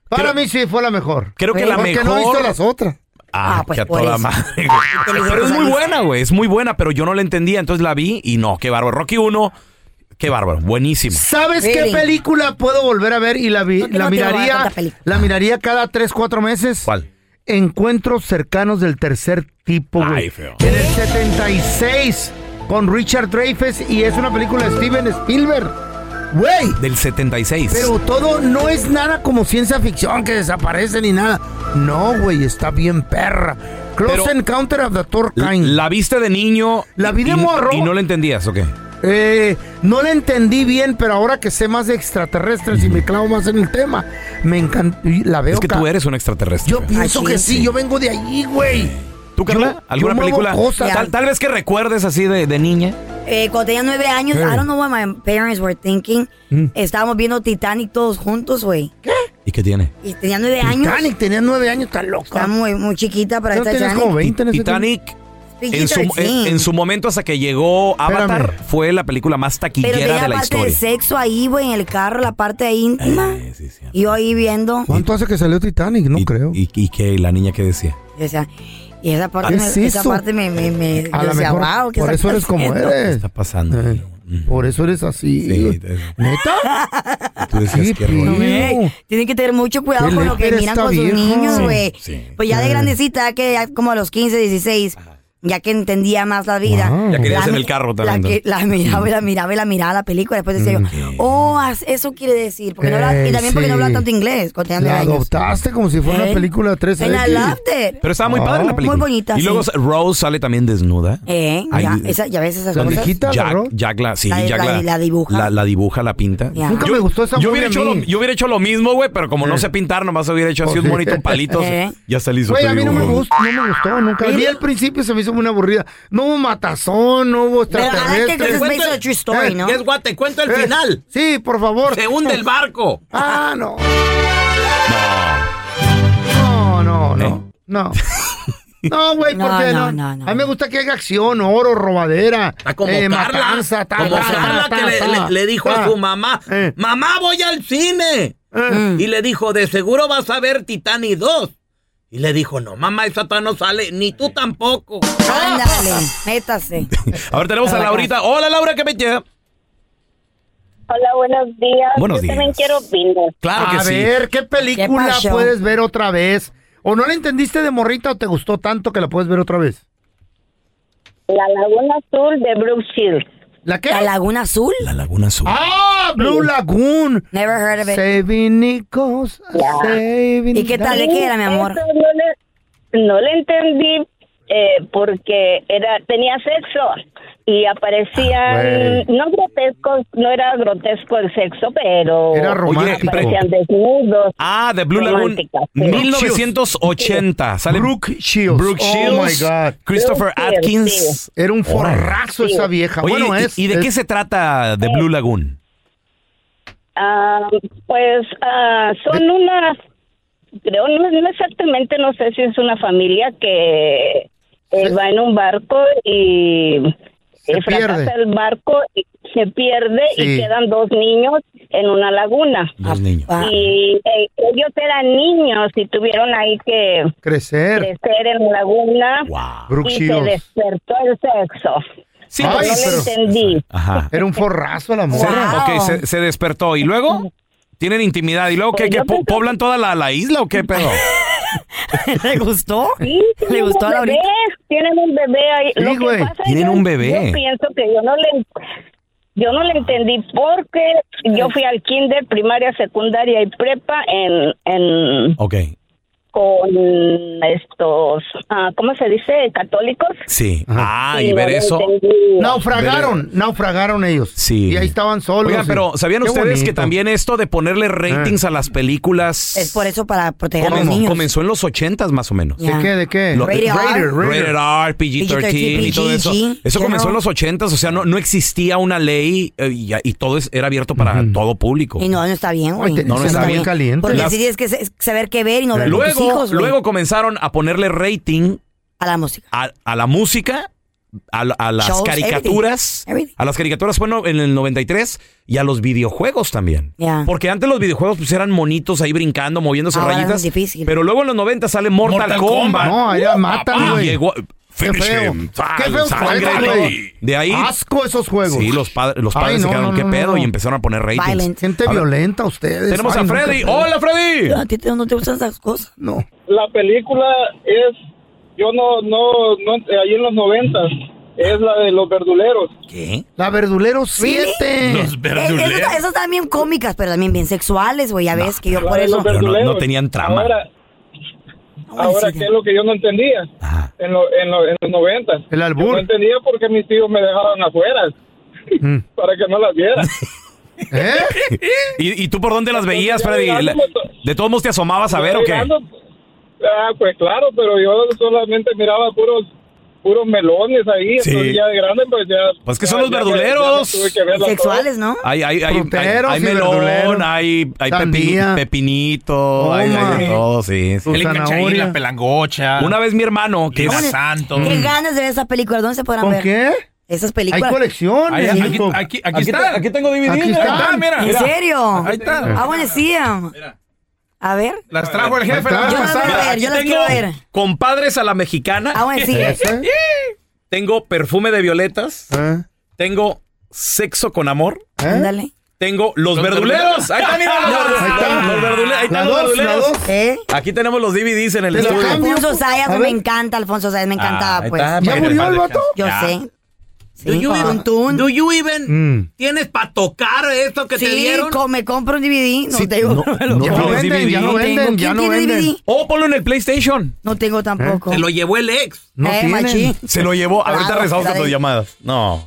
[SPEAKER 7] Para
[SPEAKER 5] Creo-
[SPEAKER 7] mí sí fue la mejor.
[SPEAKER 5] Creo que la
[SPEAKER 7] Porque no he
[SPEAKER 5] mejor-
[SPEAKER 7] visto las otras.
[SPEAKER 5] Ah,
[SPEAKER 6] Ah, pues,
[SPEAKER 5] que a
[SPEAKER 6] por
[SPEAKER 5] toda
[SPEAKER 6] eso.
[SPEAKER 5] madre,
[SPEAKER 7] Ah,
[SPEAKER 5] güey. Pero es muy buena, güey. Es muy buena, pero yo no la entendía. Entonces la vi y no, qué bárbaro. Rocky 1, qué bárbaro. Buenísimo.
[SPEAKER 7] ¿Sabes
[SPEAKER 6] Really?
[SPEAKER 7] qué película puedo volver a ver y la, vi-
[SPEAKER 6] No te-
[SPEAKER 7] la
[SPEAKER 6] no te voy a dar
[SPEAKER 7] miraría
[SPEAKER 6] tanta película.
[SPEAKER 7] la miraría cada 3, 4 meses?
[SPEAKER 5] ¿Cuál?
[SPEAKER 7] Encuentros cercanos del tercer tipo,
[SPEAKER 5] Ay,
[SPEAKER 7] güey.
[SPEAKER 5] feo.
[SPEAKER 7] En el 76 con Richard Dreyfuss y es una película de Steven Spielberg. Güey,
[SPEAKER 5] Del 76.
[SPEAKER 7] pero todo no es nada como ciencia ficción que desaparece ni nada. No, güey, está bien perra. Close
[SPEAKER 5] Pero-
[SPEAKER 7] Encounter of the Third Kind.
[SPEAKER 5] la viste de niño.
[SPEAKER 7] La vi de
[SPEAKER 5] y-
[SPEAKER 7] morro.
[SPEAKER 5] Y no la entendías, ¿o qué?
[SPEAKER 7] Eh, no la entendí bien, pero ahora que sé más de extraterrestres y me clavo más en el tema, me encanta. La veo.
[SPEAKER 5] Es que
[SPEAKER 7] ca-
[SPEAKER 5] tú eres un extraterrestre.
[SPEAKER 7] Yo
[SPEAKER 5] güey.
[SPEAKER 7] pienso
[SPEAKER 6] Ay, sí,
[SPEAKER 7] que sí,
[SPEAKER 6] sí.
[SPEAKER 7] yo vengo de allí, güey.
[SPEAKER 5] ¿Tú, Carla?
[SPEAKER 7] yo-
[SPEAKER 5] ¿Alguna
[SPEAKER 7] yo muevo
[SPEAKER 5] película?
[SPEAKER 7] cosas.
[SPEAKER 5] Tal, tal vez que recuerdes así de, de niña.
[SPEAKER 6] hacer. eh, cuando tenía nueve años,
[SPEAKER 5] Hey.
[SPEAKER 6] I don't know what my parents were thinking.
[SPEAKER 5] Mm.
[SPEAKER 6] Estábamos viendo Titanic todos juntos, güey.
[SPEAKER 5] ¿Y qué tiene?
[SPEAKER 6] Y tenía nueve años.
[SPEAKER 7] Titanic, tenía nueve años, está loca.
[SPEAKER 6] Está muy, muy chiquita para
[SPEAKER 7] ¿No
[SPEAKER 6] esta
[SPEAKER 7] tenías
[SPEAKER 6] Titanic.
[SPEAKER 7] como 20 en ese
[SPEAKER 5] Titanic.
[SPEAKER 6] PG-13.
[SPEAKER 5] En su, en- en su momento, hasta que llegó Avatar, fue la película más
[SPEAKER 6] Pero
[SPEAKER 5] taquillera
[SPEAKER 6] tenía
[SPEAKER 5] de la
[SPEAKER 6] parte de
[SPEAKER 5] historia. Eh,
[SPEAKER 6] sexo ahí, güey, en el carro, la parte ahí íntima. y yo ahí viendo.
[SPEAKER 7] ¿Cuánto hace que salió Titanic? No creo.
[SPEAKER 5] ¿Y, y qué? ¿La niña qué decía?
[SPEAKER 6] Y, o sea, y esa parte,
[SPEAKER 7] ¿Qué
[SPEAKER 6] me,
[SPEAKER 7] es
[SPEAKER 6] esa
[SPEAKER 7] eso?
[SPEAKER 6] parte me, me, me
[SPEAKER 7] A
[SPEAKER 6] yo
[SPEAKER 7] lo
[SPEAKER 6] decía,
[SPEAKER 7] mejor
[SPEAKER 6] wow, ¿qué
[SPEAKER 7] por
[SPEAKER 6] está
[SPEAKER 7] eso eres como
[SPEAKER 6] haciendo?
[SPEAKER 7] eres. Eh,
[SPEAKER 5] Está pasando.
[SPEAKER 7] Por eso eres así.
[SPEAKER 6] [laughs]
[SPEAKER 7] ¿Neta?
[SPEAKER 5] Tú decías que
[SPEAKER 6] No,
[SPEAKER 5] rollo.
[SPEAKER 6] güey, Tienen que tener mucho cuidado
[SPEAKER 7] Qué
[SPEAKER 6] con lo que
[SPEAKER 7] lépera
[SPEAKER 6] miran
[SPEAKER 7] está
[SPEAKER 6] con
[SPEAKER 7] viejo.
[SPEAKER 6] sus niños,
[SPEAKER 7] Sí,
[SPEAKER 6] güey.
[SPEAKER 7] sí.
[SPEAKER 6] Pues ya de
[SPEAKER 7] Eh.
[SPEAKER 6] grandecita, que ya como a los 15, 16, ya que entendía más la vida.
[SPEAKER 7] Ah.
[SPEAKER 5] Wow. Ya querías
[SPEAKER 6] la
[SPEAKER 5] en
[SPEAKER 6] mi-
[SPEAKER 5] el carro
[SPEAKER 6] La,
[SPEAKER 5] también,
[SPEAKER 6] que- la miraba, y
[SPEAKER 7] Mm.
[SPEAKER 6] la miraba y la miraba la película. Después decía yo, oh, as- eso quiere decir. Porque no hablaba- y
[SPEAKER 7] Ey,
[SPEAKER 6] también porque no
[SPEAKER 7] sí.
[SPEAKER 6] hablaba tanto inglés cuando tenía
[SPEAKER 7] La
[SPEAKER 6] nueve años.
[SPEAKER 7] adoptaste como si fuera
[SPEAKER 6] Eh.
[SPEAKER 7] una película de tres
[SPEAKER 6] And I loved it.
[SPEAKER 5] Pero estaba
[SPEAKER 7] Ah,
[SPEAKER 5] muy padre la película.
[SPEAKER 6] Muy bonita,
[SPEAKER 5] Y luego
[SPEAKER 6] sí.
[SPEAKER 5] Rose sale también desnuda.
[SPEAKER 6] Eh,
[SPEAKER 5] Ay,
[SPEAKER 6] ya, esa- ya ves esas cosas.
[SPEAKER 5] Jack, Jack la, sí,
[SPEAKER 6] La-
[SPEAKER 5] Jack
[SPEAKER 6] la-
[SPEAKER 5] la,
[SPEAKER 6] la dibuja.
[SPEAKER 5] La, la dibuja, la pinta.
[SPEAKER 6] Ya. Nunca me gustó esa movie
[SPEAKER 5] yo hubiera,
[SPEAKER 6] a
[SPEAKER 5] hecho lo,
[SPEAKER 6] mí.
[SPEAKER 5] yo hubiera hecho lo mismo, güey, pero como no sé pintar, nomás hubiera hecho así
[SPEAKER 7] Pues
[SPEAKER 5] un
[SPEAKER 7] Eh. sí.
[SPEAKER 5] monito
[SPEAKER 6] [laughs]
[SPEAKER 5] en palitos.
[SPEAKER 7] Eh.
[SPEAKER 5] Ya se le hizo.
[SPEAKER 7] Güey,
[SPEAKER 5] te
[SPEAKER 7] a mí no
[SPEAKER 5] digo,
[SPEAKER 7] me
[SPEAKER 5] güey.
[SPEAKER 7] gustó, no me gustó nunca. A mí al principio se me hizo muy aburrida. No hubo matazón, no hubo
[SPEAKER 15] Pero,
[SPEAKER 7] extraterrestres.
[SPEAKER 15] Te cuento el- eh, Guess what? Te cuento el
[SPEAKER 7] Eh,
[SPEAKER 15] final.
[SPEAKER 7] Sí, por favor.
[SPEAKER 15] Se hunde el barco.
[SPEAKER 7] Ah, no. No, no, no. No. No, güey,
[SPEAKER 6] [laughs] No,
[SPEAKER 7] porque
[SPEAKER 6] no,
[SPEAKER 7] no,
[SPEAKER 6] no,
[SPEAKER 7] A mí me gusta que haya acción, oro, robadera,
[SPEAKER 15] Ah, Como
[SPEAKER 7] eh,
[SPEAKER 15] Carla.
[SPEAKER 7] matanza, ta,
[SPEAKER 15] como
[SPEAKER 7] ta, ta,
[SPEAKER 15] Carla
[SPEAKER 7] ta,
[SPEAKER 15] que le,
[SPEAKER 7] ta, Eh.
[SPEAKER 15] le- le dijo
[SPEAKER 7] ta.
[SPEAKER 15] a su mamá, mamá voy al cine.
[SPEAKER 7] Eh.
[SPEAKER 15] Y le dijo, de seguro vas a ver Titanic 2. Y le dijo, no, mamá, esa ta no sale, ni tú tampoco.
[SPEAKER 6] Ándale, métase.
[SPEAKER 5] A ver, tenemos a Laurita. Hola, Laura, ¿qué me lleva?
[SPEAKER 16] Hola, buenos días.
[SPEAKER 5] Buenos
[SPEAKER 16] Yo también quiero opinar.
[SPEAKER 7] a ver, ¿qué película
[SPEAKER 16] pasó?
[SPEAKER 7] puedes ver otra vez? ¿O no la entendiste de morrita o te gustó tanto que la puedes ver otra vez?
[SPEAKER 16] La Laguna Azul de Brooks Shields.
[SPEAKER 7] ¿La qué?
[SPEAKER 6] ¿La Laguna Azul?
[SPEAKER 5] La Laguna Azul.
[SPEAKER 7] ¡Ah! Blue Lagoon.
[SPEAKER 6] Never heard of it.
[SPEAKER 7] Saving Nichols. Saving
[SPEAKER 6] ¿Y qué tal? ¿De qué era, mi amor?
[SPEAKER 16] Eso No le, no le entendí eh, porque era tenía sexo y aparecían,
[SPEAKER 5] Ah,
[SPEAKER 16] no grotescos, no era grotesco el sexo, pero
[SPEAKER 5] Era romántico.
[SPEAKER 16] aparecían desnudos.
[SPEAKER 5] Ah, de Blue Lagoon.
[SPEAKER 16] Romántica, sí.
[SPEAKER 5] 1980. Sale
[SPEAKER 7] Brooke Shields.
[SPEAKER 5] Brooke
[SPEAKER 7] Oh my
[SPEAKER 5] Shields.
[SPEAKER 7] God.
[SPEAKER 5] Christopher
[SPEAKER 7] Brooke Shields,
[SPEAKER 5] Atkins.
[SPEAKER 7] sí. Era un
[SPEAKER 5] Órale.
[SPEAKER 7] forrazo esa vieja.
[SPEAKER 5] Oye,
[SPEAKER 7] Bueno,
[SPEAKER 5] ¿y-
[SPEAKER 7] es-
[SPEAKER 5] ¿Y de
[SPEAKER 7] es-
[SPEAKER 5] qué se trata de Blue Lagoon?
[SPEAKER 16] Ah, pues ah, son una, creo, no, no exactamente, no sé si es una familia que eh, va en un barco y
[SPEAKER 7] Se
[SPEAKER 16] eh, fracasa
[SPEAKER 7] pierde.
[SPEAKER 16] el barco y se pierde
[SPEAKER 7] Sí.
[SPEAKER 16] y quedan dos niños en una laguna.
[SPEAKER 5] Dos niños.
[SPEAKER 16] Y eh, ellos eran niños y tuvieron ahí que
[SPEAKER 7] Crecer.
[SPEAKER 16] crecer en la laguna
[SPEAKER 7] Brooke
[SPEAKER 16] y se
[SPEAKER 7] Shields.
[SPEAKER 16] despertó el sexo.
[SPEAKER 7] Sí,
[SPEAKER 16] Pero
[SPEAKER 7] pues,
[SPEAKER 16] no lo
[SPEAKER 7] pero-
[SPEAKER 16] entendí.
[SPEAKER 5] Ajá.
[SPEAKER 7] Era un forrazo la mujer.
[SPEAKER 5] Ah. Ok, se, se despertó. ¿Y luego? Tienen intimidad. ¿Y luego
[SPEAKER 6] Pues
[SPEAKER 5] qué? qué? ¿Po- ¿Poblan toda la, la isla o qué pedo?
[SPEAKER 6] [laughs] ¿Le gustó?
[SPEAKER 16] Sí, tienen
[SPEAKER 6] gustó a
[SPEAKER 16] un
[SPEAKER 6] Laurita?
[SPEAKER 16] bebé, Tienen un bebé ahí.
[SPEAKER 5] Sí,
[SPEAKER 16] Lo que
[SPEAKER 5] güey,
[SPEAKER 16] pasa es
[SPEAKER 5] tienen
[SPEAKER 16] que
[SPEAKER 5] un bebé.
[SPEAKER 16] Yo pienso que yo no le yo no le entendí porque yo fui al kinder, primaria, secundaria y prepa en en
[SPEAKER 5] Ok.
[SPEAKER 16] con estos ah, ¿cómo se dice? católicos.
[SPEAKER 5] Sí. Ah,
[SPEAKER 16] Sí,
[SPEAKER 5] y ver
[SPEAKER 16] no lo
[SPEAKER 5] eso.
[SPEAKER 16] entendí.
[SPEAKER 7] Naufragaron, naufragaron ellos. Sí. Y ahí estaban solos.
[SPEAKER 5] Oigan, pero ¿sabían
[SPEAKER 7] Qué
[SPEAKER 5] ustedes que
[SPEAKER 7] bonito. Ah.
[SPEAKER 5] también esto de ponerle ratings a las películas
[SPEAKER 6] Es por eso para proteger a los
[SPEAKER 5] comen-
[SPEAKER 6] Eh, niños.
[SPEAKER 5] comenzó en los ochentas más o menos?
[SPEAKER 6] Ya.
[SPEAKER 7] ¿De qué?
[SPEAKER 5] Lo-
[SPEAKER 6] Rated R.
[SPEAKER 5] Rated R, PG-13 y todo eso.
[SPEAKER 6] PG,
[SPEAKER 5] Eso comenzó
[SPEAKER 6] claro.
[SPEAKER 5] en los ochentas, o sea, no, no existía una ley eh, y, y todo es- era abierto para todo público.
[SPEAKER 6] Y no, no está bien, güey.
[SPEAKER 5] Ay, te- No, no está bien caliente.
[SPEAKER 6] Porque
[SPEAKER 5] Las-
[SPEAKER 6] sí tienes que se- saber qué ver y no ver con tus
[SPEAKER 5] luego,
[SPEAKER 6] hijos, güey.
[SPEAKER 5] luego comenzaron a ponerle rating
[SPEAKER 6] a la música,
[SPEAKER 5] a, a la música, a, la- a las
[SPEAKER 6] Shows,
[SPEAKER 5] caricaturas,
[SPEAKER 6] everything, everything.
[SPEAKER 5] a las caricaturas bueno en el 93 y a los videojuegos también.
[SPEAKER 6] Ya.
[SPEAKER 5] Porque antes los videojuegos pues eran monitos ahí brincando, moviéndose
[SPEAKER 6] Ahora es
[SPEAKER 5] rayitas.
[SPEAKER 6] difícil.
[SPEAKER 5] Pero luego en los 90 sale Mortal,
[SPEAKER 7] Mortal
[SPEAKER 5] Kombat.
[SPEAKER 7] Kombat. No, ahí la matan,
[SPEAKER 5] papá,
[SPEAKER 7] güey.
[SPEAKER 5] Llegó,
[SPEAKER 7] Qué
[SPEAKER 5] finish
[SPEAKER 7] feo.
[SPEAKER 5] him, tal,
[SPEAKER 7] Qué feos
[SPEAKER 5] sangre,
[SPEAKER 7] juegos,
[SPEAKER 5] todo.
[SPEAKER 7] güey.
[SPEAKER 5] De ahí
[SPEAKER 7] Asco esos juegos.
[SPEAKER 5] Sí, los padres los padres
[SPEAKER 7] Ay,
[SPEAKER 5] se
[SPEAKER 7] no,
[SPEAKER 5] quedaron
[SPEAKER 7] no,
[SPEAKER 5] qué
[SPEAKER 7] no,
[SPEAKER 5] pedo
[SPEAKER 7] no.
[SPEAKER 5] y empezaron a poner ratings.
[SPEAKER 6] Violent.
[SPEAKER 7] Gente
[SPEAKER 5] A ver,
[SPEAKER 7] violenta ustedes.
[SPEAKER 5] Tenemos a
[SPEAKER 7] Ay, nunca
[SPEAKER 5] Freddy.
[SPEAKER 7] te-
[SPEAKER 5] Hola, Freddy.
[SPEAKER 6] A ti te- no te gustan esas cosas.
[SPEAKER 7] No.
[SPEAKER 17] la película es, yo no, no, no, eh, ahí en los noventas, es la de los verduleros.
[SPEAKER 5] ¿Qué?
[SPEAKER 7] La verdulero 7.
[SPEAKER 5] este.
[SPEAKER 6] Eh, esas, esas también cómicas, pero también bien sexuales, güey. Ya ves que yo por eso.
[SPEAKER 5] Pero no, no tenían trama.
[SPEAKER 17] Ahora, ahora ¿qué es lo que yo no entendía? En, lo- en, lo- en los noventas.
[SPEAKER 7] El albur.
[SPEAKER 17] Yo no entendía por qué mis tíos me dejaban afuera,
[SPEAKER 5] Mm.
[SPEAKER 17] para que no las viera.
[SPEAKER 5] ¿Y, y tú por dónde las veías, Freddy? La-
[SPEAKER 6] pues.
[SPEAKER 5] ¿De todos modos te asomabas a ver o qué?
[SPEAKER 17] Mirando- Ah, pues claro, pero yo solamente miraba puros puros melones ahí,
[SPEAKER 5] Sí.
[SPEAKER 17] entonces ya de grande pues ya...
[SPEAKER 5] Pues que son
[SPEAKER 17] ya-
[SPEAKER 5] los
[SPEAKER 17] ya- ya
[SPEAKER 5] verduleros.
[SPEAKER 17] tuve que verla toda.
[SPEAKER 5] Hay, hay, hay, hay,
[SPEAKER 17] Fruteros
[SPEAKER 5] hay
[SPEAKER 17] y
[SPEAKER 5] melón,
[SPEAKER 17] verduleros.
[SPEAKER 5] hay, hay pepi-
[SPEAKER 14] Sandía.
[SPEAKER 5] pepinito, hay, hay de
[SPEAKER 14] Toma.
[SPEAKER 5] todo, sí. sí.
[SPEAKER 14] El Icachai, la pelangocha.
[SPEAKER 5] Una vez mi hermano, que
[SPEAKER 14] Lina
[SPEAKER 5] es
[SPEAKER 14] Santos.
[SPEAKER 6] Qué ganas de ver esas películas. ¿Dónde se podrán
[SPEAKER 5] ¿Con
[SPEAKER 6] ver?
[SPEAKER 5] qué?
[SPEAKER 6] Esas películas.
[SPEAKER 5] Hay colecciones,
[SPEAKER 14] Ahí- aquí- aquí- aquí Aquí están. te- aquí tengo DVD.
[SPEAKER 6] Aquí
[SPEAKER 14] Ahí
[SPEAKER 6] están.
[SPEAKER 5] Ah,
[SPEAKER 14] está, mira.
[SPEAKER 6] ¿En
[SPEAKER 14] Mira.
[SPEAKER 6] serio?
[SPEAKER 14] Ahí está.
[SPEAKER 6] Ah, bueno, sí. A ver.
[SPEAKER 14] Las trajo el jefe.
[SPEAKER 6] Yo las voy a ver, yo las quiero ver.
[SPEAKER 5] Compadres a la mexicana.
[SPEAKER 6] Ah, bueno, sí. Ese.
[SPEAKER 5] Tengo perfume de violetas.
[SPEAKER 15] Ah.
[SPEAKER 5] Tengo sexo con amor.
[SPEAKER 6] Ándale.
[SPEAKER 5] Tengo los,
[SPEAKER 15] Los
[SPEAKER 5] verduleros.
[SPEAKER 15] verduleros.
[SPEAKER 5] Ahí están, mira, los
[SPEAKER 15] Ah. Ahí
[SPEAKER 5] verduleros.
[SPEAKER 15] está.
[SPEAKER 5] Los verdule- ahí están
[SPEAKER 15] La
[SPEAKER 5] los
[SPEAKER 15] dos, la
[SPEAKER 5] verduleros.
[SPEAKER 15] dos.
[SPEAKER 5] Aquí tenemos los DVDs en el
[SPEAKER 6] Pero
[SPEAKER 5] estudio.
[SPEAKER 6] Alfonso Sayas,
[SPEAKER 5] A
[SPEAKER 6] me
[SPEAKER 5] ver.
[SPEAKER 6] encanta Alfonso Sayas, me
[SPEAKER 5] Ah,
[SPEAKER 6] encantaba,
[SPEAKER 5] ahí
[SPEAKER 6] pues.
[SPEAKER 5] está, para que paz descanse.
[SPEAKER 6] Yo
[SPEAKER 5] Ya.
[SPEAKER 6] sé.
[SPEAKER 15] Do
[SPEAKER 6] Sí,
[SPEAKER 15] you
[SPEAKER 6] con
[SPEAKER 15] even-
[SPEAKER 6] Tun.
[SPEAKER 15] do you even
[SPEAKER 5] Mm,
[SPEAKER 15] tienes para tocar esto que te
[SPEAKER 6] Sí,
[SPEAKER 15] dieron?
[SPEAKER 6] co- me compro un DVD. No tengo. [laughs]
[SPEAKER 5] No, no,
[SPEAKER 15] Ya no
[SPEAKER 5] los
[SPEAKER 15] venden,
[SPEAKER 5] DVD.
[SPEAKER 15] ya no
[SPEAKER 6] venden,
[SPEAKER 5] Tengo.
[SPEAKER 6] ya
[SPEAKER 5] ¿Quién
[SPEAKER 6] no
[SPEAKER 5] tiene
[SPEAKER 6] venden.
[SPEAKER 5] DVD? Oh, ponlo en el PlayStation.
[SPEAKER 6] No tengo tampoco.
[SPEAKER 15] Se lo llevó el ex.
[SPEAKER 5] No
[SPEAKER 6] Eh, tienen. machín.
[SPEAKER 5] Se lo llevó.
[SPEAKER 7] Claro,
[SPEAKER 5] Ahorita rezamos
[SPEAKER 7] está
[SPEAKER 5] a tus
[SPEAKER 7] bien.
[SPEAKER 5] llamadas. No.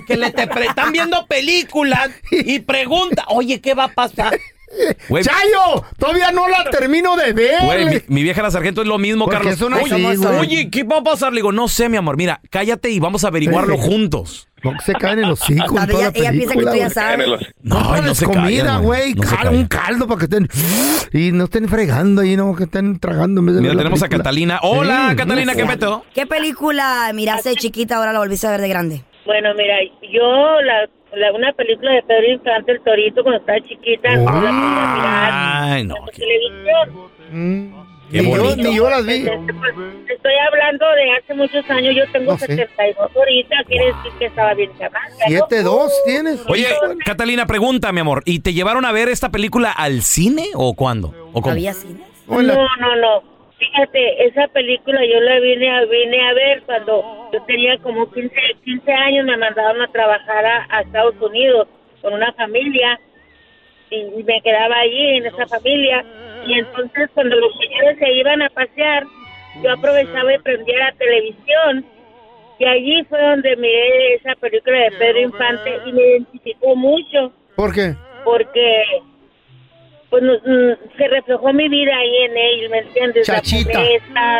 [SPEAKER 15] Que le te pre- están viendo películas y pregunta, oye, ¿qué va a pasar?
[SPEAKER 5] Güey.
[SPEAKER 7] ¡Chayo! Todavía no la termino de ver.
[SPEAKER 5] Güey, mi, mi vieja la sargento es lo mismo,
[SPEAKER 7] Porque
[SPEAKER 5] Carlos.
[SPEAKER 7] eso no es
[SPEAKER 5] oye,
[SPEAKER 7] así, güey.
[SPEAKER 5] oye, ¿qué va a pasar? Le digo, no sé, mi amor. Mira, cállate y vamos a averiguarlo
[SPEAKER 7] Sí.
[SPEAKER 5] juntos.
[SPEAKER 7] No se caen en los hocico en
[SPEAKER 6] Ella-
[SPEAKER 7] toda la
[SPEAKER 6] ella piensa que tú
[SPEAKER 7] película,
[SPEAKER 6] ya
[SPEAKER 7] güey.
[SPEAKER 6] sabes.
[SPEAKER 5] No, no
[SPEAKER 7] Cómprales
[SPEAKER 5] se
[SPEAKER 7] comida,
[SPEAKER 5] callan,
[SPEAKER 7] güey.
[SPEAKER 5] No se
[SPEAKER 7] cal-
[SPEAKER 5] callan.
[SPEAKER 7] un caldo para que estén. Y no estén fregando ahí, no, que estén tragando. en vez de
[SPEAKER 5] Mira,
[SPEAKER 7] ver la
[SPEAKER 5] tenemos a
[SPEAKER 7] película.
[SPEAKER 5] Catalina. Hola,
[SPEAKER 7] Sí,
[SPEAKER 5] Catalina,
[SPEAKER 7] no
[SPEAKER 5] ¿qué
[SPEAKER 7] sé.
[SPEAKER 5] meto?
[SPEAKER 6] ¿Qué película miraste de chiquita ahora la volviste a ver de grande?
[SPEAKER 18] Bueno, mira, yo la, la- una película de Pedro Infante, El Torito, cuando estaba chiquita, no la podía mirar
[SPEAKER 5] Ay, no.
[SPEAKER 18] por televisión.
[SPEAKER 5] Qué
[SPEAKER 7] Ni yo,
[SPEAKER 5] bonito.
[SPEAKER 7] ni yo las vi.
[SPEAKER 18] Te pues, Estoy hablando de hace muchos años, yo tengo
[SPEAKER 7] No sé.
[SPEAKER 18] 72 ahorita, quiere decir que estaba bien chamada. ¿no?
[SPEAKER 7] ¿7-2 tienes?
[SPEAKER 5] Oye, Catalina, pregunta, mi amor. ¿Y te llevaron a ver esta película al cine o cuándo? ¿O cómo?
[SPEAKER 6] cine?
[SPEAKER 18] No, no, no. Fíjate, esa película yo la vine a, vine a ver cuando yo tenía como 15, 15 años, me mandaron a trabajar a, a Estados Unidos con una familia y, y me quedaba allí en esa familia. Y entonces cuando los señores se iban a pasear, yo aprovechaba y prendía la televisión y allí fue donde miré esa película de Pedro Infante y me identificó mucho
[SPEAKER 7] ¿Por qué?
[SPEAKER 18] porque pues nos- mm, se reflejó mi vida ahí en él, ¿me entiendes?
[SPEAKER 7] Chachita.
[SPEAKER 18] La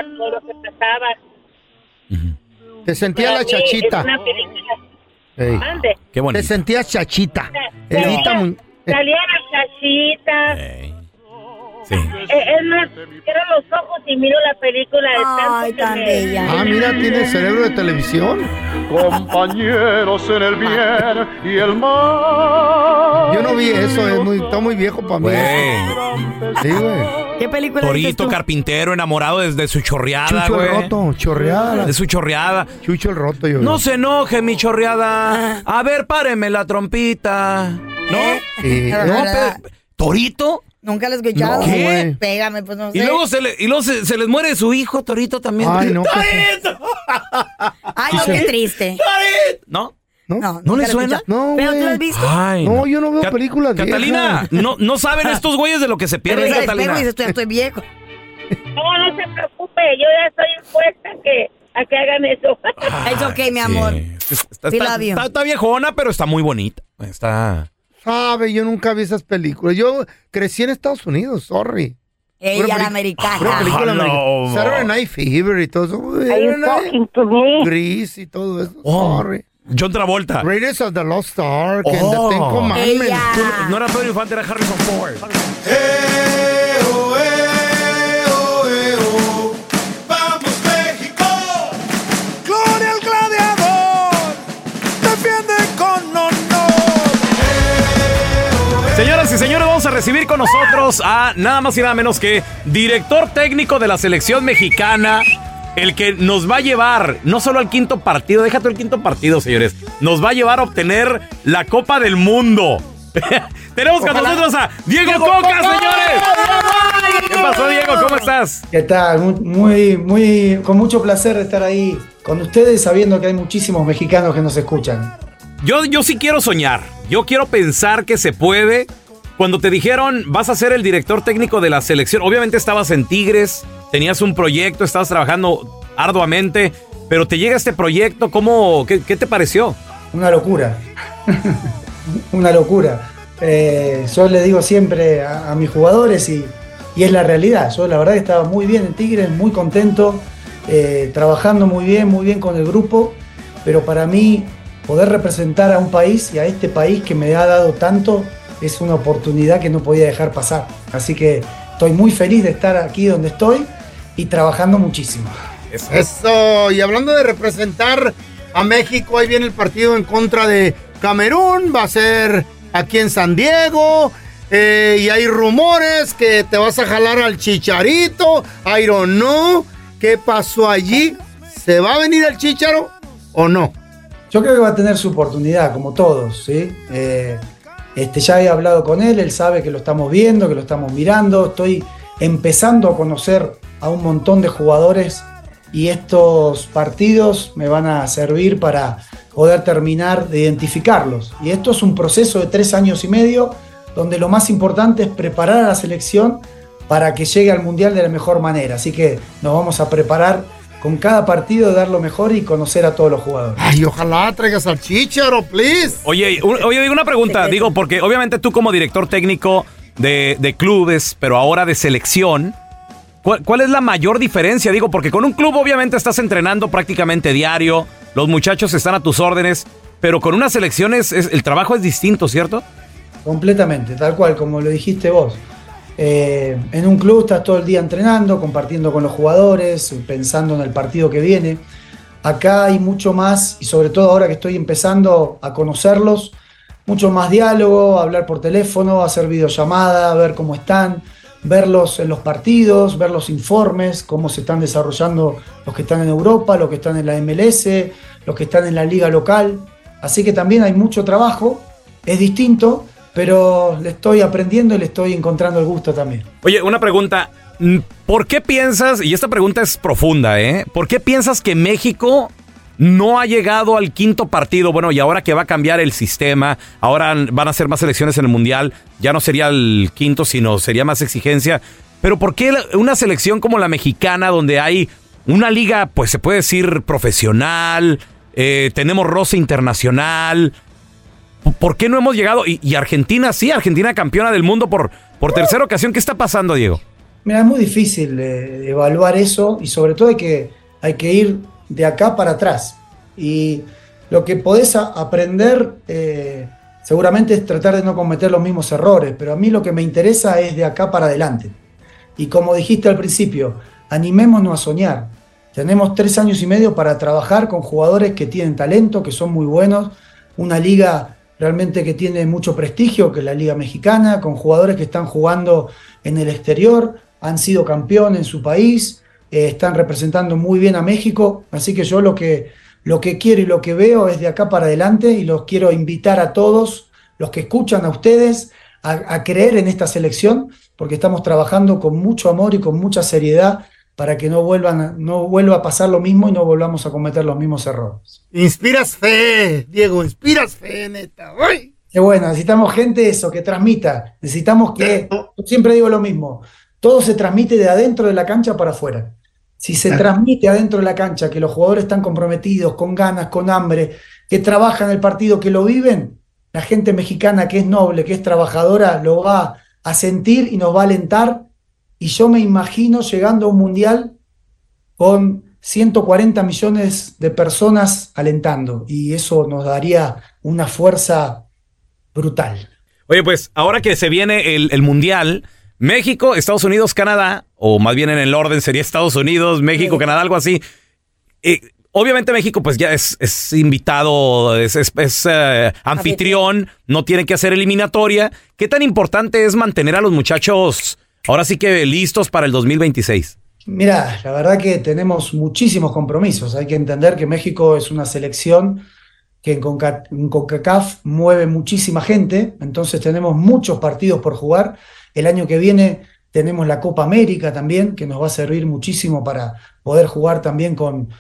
[SPEAKER 18] pobreza, todo lo que pasaba.
[SPEAKER 7] Te sentías
[SPEAKER 18] Para
[SPEAKER 7] la
[SPEAKER 18] mí eh, Es
[SPEAKER 7] chachita.
[SPEAKER 18] una película.
[SPEAKER 7] Ey.
[SPEAKER 18] Mande.
[SPEAKER 5] Qué bonito.
[SPEAKER 7] Te sentías chachita.
[SPEAKER 18] Salía-
[SPEAKER 7] Evita Mu-
[SPEAKER 18] Salía la chachita.
[SPEAKER 5] Sí.
[SPEAKER 18] Eh, es más, cierro los ojos y miro la película de Ay, tan bella.
[SPEAKER 7] Ah, mira, tiene cerebro de televisión.
[SPEAKER 19] Compañeros en el bien y el mal.
[SPEAKER 7] Yo no vi eso, es muy, está muy viejo para mí. Sí, güey.
[SPEAKER 6] ¿Qué película
[SPEAKER 5] Torito, carpintero, enamorado desde su chorreada,
[SPEAKER 7] Chucho el
[SPEAKER 5] güey.
[SPEAKER 7] roto, chorreada.
[SPEAKER 5] De su chorreada.
[SPEAKER 7] Chucho el roto, yo.
[SPEAKER 5] No se enoje, mi
[SPEAKER 6] Ah.
[SPEAKER 5] chorreada. A ver, páreme la trompita. ¿No?
[SPEAKER 7] Sí.
[SPEAKER 5] No, pe- ¿Torito?
[SPEAKER 6] Nunca la he escuchado.
[SPEAKER 5] No, ¿Qué? güey.
[SPEAKER 6] Pégame, pues no sé.
[SPEAKER 5] Y luego, se, le- y luego se, se les muere su hijo, Torito, también.
[SPEAKER 7] Ay,
[SPEAKER 5] [laughs]
[SPEAKER 7] no, pues,
[SPEAKER 6] Ay, no, qué triste.
[SPEAKER 5] ¿No?
[SPEAKER 7] ¿No?
[SPEAKER 6] ¿No,
[SPEAKER 5] le
[SPEAKER 6] la
[SPEAKER 5] suena?
[SPEAKER 6] escuchado. ¿Pero tú la has visto?
[SPEAKER 5] Ay,
[SPEAKER 7] No, yo no veo
[SPEAKER 5] Ca-
[SPEAKER 7] películas viejas. Ah,
[SPEAKER 5] Catalina, no, no saben estos güeyes de lo que se
[SPEAKER 6] Te
[SPEAKER 5] pierden,
[SPEAKER 6] ves al espejo
[SPEAKER 5] Catalina.
[SPEAKER 6] y dices, "Tú ya estoy viejo.
[SPEAKER 18] No, no se preocupe, yo ya estoy impuesta a que, a que hagan eso.
[SPEAKER 5] Ah,
[SPEAKER 6] Es ok, mi amor.
[SPEAKER 5] Está,
[SPEAKER 6] We
[SPEAKER 5] está-
[SPEAKER 6] love you.
[SPEAKER 5] está- está viejona, pero está muy bonita. Está.
[SPEAKER 7] Sabe, yo nunca vi esas películas. Yo crecí en Estados Unidos, sorry.
[SPEAKER 6] Ella,
[SPEAKER 7] Una
[SPEAKER 6] la
[SPEAKER 7] peli-
[SPEAKER 6] americana.
[SPEAKER 7] Una película
[SPEAKER 5] Ah, no,
[SPEAKER 7] americana. Saturday Night Fever y todo eso. güey,
[SPEAKER 6] Are you
[SPEAKER 7] era
[SPEAKER 6] talking
[SPEAKER 7] Gris y todo eso. Sorry.
[SPEAKER 5] Oh, John Travolta.
[SPEAKER 7] Raiders of the Lost Ark and
[SPEAKER 5] Oh.
[SPEAKER 7] the Ten Commandments.
[SPEAKER 5] No era Pedro Infante, era Harrison Ford.
[SPEAKER 20] ¡Vamos México! ¡Gloria al gladiador! ¡Defiende con honor!
[SPEAKER 5] Señoras y señores, vamos a recibir con nosotros a nada más y nada menos que director técnico de la selección mexicana, el que nos va a llevar no solo al quinto partido, déjate el quinto partido, señores, nos va a llevar a obtener la Copa del Mundo. [laughs] Tenemos con
[SPEAKER 21] Ojalá.
[SPEAKER 5] nosotros a Diego,
[SPEAKER 21] Diego
[SPEAKER 5] Coca,
[SPEAKER 21] Coca.
[SPEAKER 5] señores. ¿Qué pasó, Diego? ¿Cómo estás?
[SPEAKER 21] ¿Qué tal? Mu- Muy, muy, con mucho placer de estar ahí con ustedes, sabiendo que hay muchísimos mexicanos que nos escuchan.
[SPEAKER 5] Yo, yo sí quiero soñar. Yo quiero pensar que se puede. Cuando te dijeron, vas a ser el director técnico de la selección, obviamente estabas en Tigres, tenías un proyecto, estabas trabajando arduamente, pero te llega este proyecto, ¿cómo, qué, qué te pareció?
[SPEAKER 21] Una locura. [laughs] Una locura. Eh, yo le digo siempre a, a mis jugadores y, y es la realidad. Yo la verdad que estaba muy bien en Tigres, muy contento, eh, trabajando muy bien, muy bien con el grupo, pero para mí poder representar a un país y a este país que me ha dado tanto es una oportunidad que no podía dejar pasar. Así que estoy muy feliz de estar aquí donde estoy y trabajando muchísimo.
[SPEAKER 7] Eso, y hablando de representar a México, ahí viene el partido en contra de Camerún, va a ser aquí en San Diego, eh, y hay rumores que te vas a jalar al chicharito, I don't know, ¿qué pasó allí? ¿Se va a venir el chicharo o no?
[SPEAKER 21] Yo creo que va a tener su oportunidad, como todos, ¿sí? Eh, este, ya he hablado con él, él sabe que lo estamos viendo, que lo estamos mirando, estoy empezando a conocer a un montón de jugadores y estos partidos me van a servir para poder terminar de identificarlos. Y esto es un proceso de tres años y medio donde lo más importante es preparar a la selección para que llegue al Mundial de la mejor manera. Así que nos vamos a preparar con cada partido, dar lo mejor y conocer a todos los jugadores.
[SPEAKER 7] Ay, ojalá traigas al chicharo, please.
[SPEAKER 5] Oye, un- oye, digo una pregunta, digo, porque obviamente tú como director técnico de, de clubes, pero ahora de selección. ¿Cuál, cuál es la mayor diferencia? Digo, porque con un club obviamente estás entrenando prácticamente diario, los muchachos están a tus órdenes, pero con una selección es- es- el trabajo es distinto, ¿cierto?
[SPEAKER 21] Completamente, tal cual, como lo dijiste vos. Eh, en un club estás todo el día entrenando, compartiendo con los jugadores, pensando en el partido que viene. Acá hay mucho más, y sobre todo ahora que estoy empezando a conocerlos, mucho más diálogo, hablar por teléfono, hacer videollamada, ver cómo están, verlos en los partidos, ver los informes, cómo se están desarrollando los que están en Europa, los que están en la MLS, los que están en la liga local. Así que también hay mucho trabajo, es distinto, pero le estoy aprendiendo y le estoy encontrando el gusto también.
[SPEAKER 5] Oye, una pregunta. Mm, ¿Por qué piensas, y esta pregunta es profunda, ¿eh? ¿Por qué piensas que México no ha llegado al quinto partido? Bueno, y ahora que va a cambiar el sistema, ahora van a ser más elecciones en el Mundial, ya no sería el quinto, sino sería más exigencia. Pero ¿por qué la- una selección como la mexicana, donde hay una liga, pues se puede decir profesional, eh, tenemos roce internacional, ¿Por qué no hemos llegado? Y, y Argentina sí, Argentina campeona del mundo por, por tercera ocasión. ¿Qué está pasando, Diego?
[SPEAKER 21] Mira, es muy difícil eh, evaluar eso y sobre todo hay que, hay que ir de acá para atrás. Y lo que podés a- aprender eh, seguramente es tratar de no cometer los mismos errores, pero a mí lo que me interesa es de acá para adelante. Y como dijiste al principio, animémonos a soñar. Tenemos tres años y medio para trabajar con jugadores que tienen talento, que son muy buenos, una liga realmente que tiene mucho prestigio, que es la liga mexicana, con jugadores que están jugando en el exterior, han sido campeón en su país, eh, están representando muy bien a México, así que yo lo que, lo que quiero y lo que veo es de acá para adelante y los quiero invitar a todos, los que escuchan a ustedes, a, a creer en esta selección, porque estamos trabajando con mucho amor y con mucha seriedad para que no, vuelvan, a- no vuelva a pasar lo mismo y no volvamos a cometer los mismos errores.
[SPEAKER 7] Inspiras fe, Diego, inspiras fe, neta. ¡Ay!
[SPEAKER 21] Qué bueno, necesitamos gente eso, que transmita. Necesitamos que, yo siempre digo lo mismo, todo se transmite de adentro de la cancha para afuera. Si se transmite adentro de la cancha que los jugadores están comprometidos, con ganas, con hambre, que trabajan el partido, que lo viven, la gente mexicana que es noble, que es trabajadora, lo va a sentir y nos va a alentar. Y yo me imagino llegando a un mundial con 140 millones de personas alentando. Y eso nos daría una fuerza brutal.
[SPEAKER 5] Oye, pues ahora que se viene el, el Mundial, México, Estados Unidos, Canadá, o más bien en el orden sería Estados Unidos, México, Canadá, algo así. Eh, obviamente México pues ya es, es invitado, es, es- es, eh, anfitrión, no tiene que hacer eliminatoria. ¿Qué tan importante es mantener a los muchachos ahora sí que listos para el 2026?
[SPEAKER 21] Mira, la verdad que tenemos muchísimos compromisos. Hay que entender que México es una selección que en, Conca- en CONCACAF mueve muchísima gente, entonces tenemos muchos partidos por jugar. El año que viene tenemos la Copa América también, que nos va a servir muchísimo para poder jugar también con,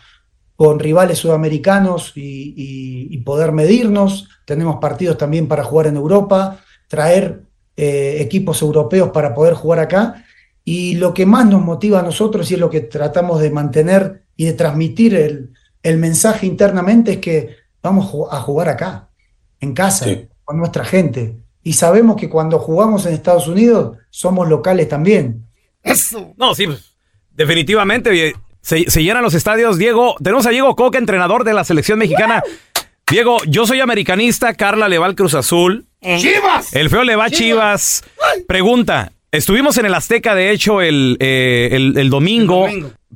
[SPEAKER 21] con rivales sudamericanos y, y- y poder medirnos. Tenemos partidos también para jugar en Europa, traer eh, equipos europeos para poder jugar acá. Y lo que más nos motiva a nosotros y es lo que tratamos de mantener y de transmitir el, el mensaje internamente es que vamos ju- a jugar acá, en casa, con nuestra gente. Y sabemos que cuando jugamos en Estados Unidos somos locales también.
[SPEAKER 5] No, sí, pues, definitivamente. oye, Se, se llenan los estadios. Diego, tenemos a Diego Coca, entrenador de la selección mexicana. Diego, yo soy americanista, Carla le va al Cruz Azul.
[SPEAKER 7] ¡Chivas!
[SPEAKER 5] El feo le va a Chivas. Pregunta, estuvimos en el Azteca, de hecho, el, eh, el- el domingo.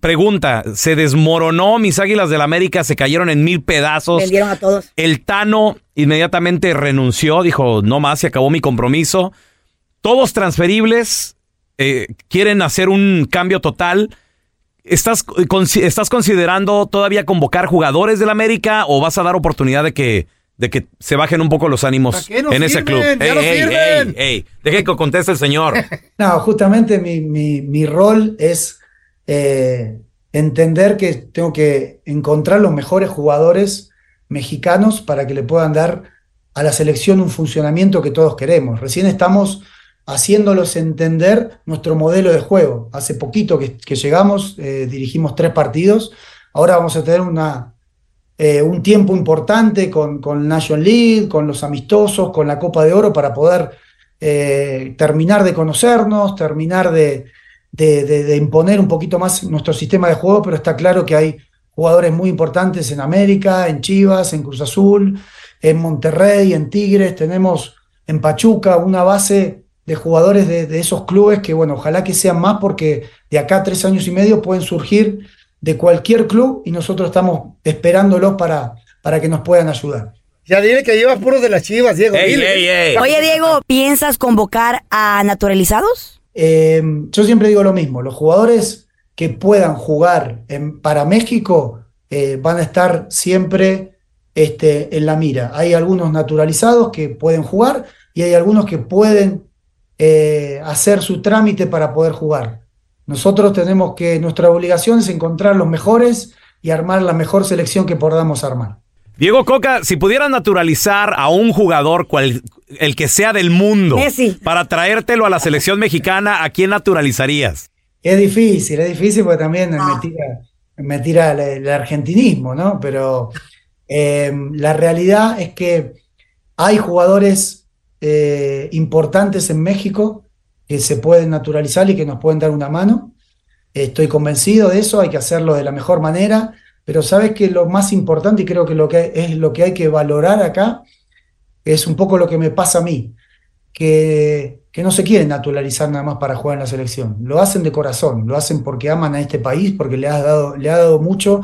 [SPEAKER 5] Pregunta, se desmoronó mis águilas del América, se cayeron en mil pedazos.
[SPEAKER 6] Vendieron a todos.
[SPEAKER 5] El Tano inmediatamente renunció, dijo, no más, se acabó mi compromiso. Todos transferibles eh, quieren hacer un cambio total. ¿Estás, eh, consi- ¿Estás considerando todavía convocar jugadores del América o vas a dar oportunidad de que, de que se bajen un poco los ánimos
[SPEAKER 21] ¿Para qué nos
[SPEAKER 5] en ese
[SPEAKER 21] sirven?
[SPEAKER 5] club?
[SPEAKER 21] Ya nos sirven.
[SPEAKER 5] ey, ey, deje que conteste el
[SPEAKER 21] [laughs]
[SPEAKER 5] señor.
[SPEAKER 21] No, justamente mi, mi- mi rol es eh, entender que tengo que encontrar los mejores jugadores mexicanos para que le puedan dar a la selección un funcionamiento que todos queremos. Recién estamos haciéndolos entender nuestro modelo de juego. Hace poquito que, que llegamos, eh, dirigimos tres partidos. Ahora vamos a tener una, eh, un tiempo importante con, con Nation League, con los amistosos, con la Copa de Oro para poder eh, terminar de conocernos, terminar de, de- de- de imponer un poquito más nuestro sistema de juego, pero está claro que hay jugadores muy importantes en América, en Chivas, en Cruz Azul, en Monterrey, en Tigres, tenemos en Pachuca una base de jugadores de, de esos clubes que, bueno, ojalá que sean más porque de acá a tres años y medio pueden surgir de cualquier club y nosotros estamos esperándolos para, para que nos puedan ayudar.
[SPEAKER 7] Ya dile que llevas puros de las chivas, Diego. dile.
[SPEAKER 6] Oye, Diego, ¿piensas convocar a naturalizados?
[SPEAKER 21] Eh, yo siempre digo lo mismo, los jugadores que puedan jugar en- para México eh, van a estar siempre este, en la mira. Hay algunos naturalizados que pueden jugar y hay algunos que pueden eh, hacer su trámite para poder jugar. Nosotros tenemos que, nuestra obligación es encontrar los mejores y armar la mejor selección que podamos armar.
[SPEAKER 5] Diego Coca, si pudieras naturalizar a un jugador, cual, el que sea del mundo,
[SPEAKER 21] Messi.
[SPEAKER 5] para traértelo a la selección mexicana, ¿a quién naturalizarías?
[SPEAKER 21] Es difícil, es difícil porque también me tira, me tira el, el argentinismo, ¿no? Pero eh, la realidad es que hay jugadores eh, importantes en México que se pueden naturalizar y que nos pueden dar una mano. Estoy convencido de eso, hay que hacerlo de la mejor manera, pero sabes que lo más importante y creo que, lo que es lo que hay que valorar acá es un poco lo que me pasa a mí que, que no se quieren naturalizar nada más para jugar en la selección. Lo hacen de corazón, lo hacen porque aman a este país, porque le ha dado, le ha dado mucho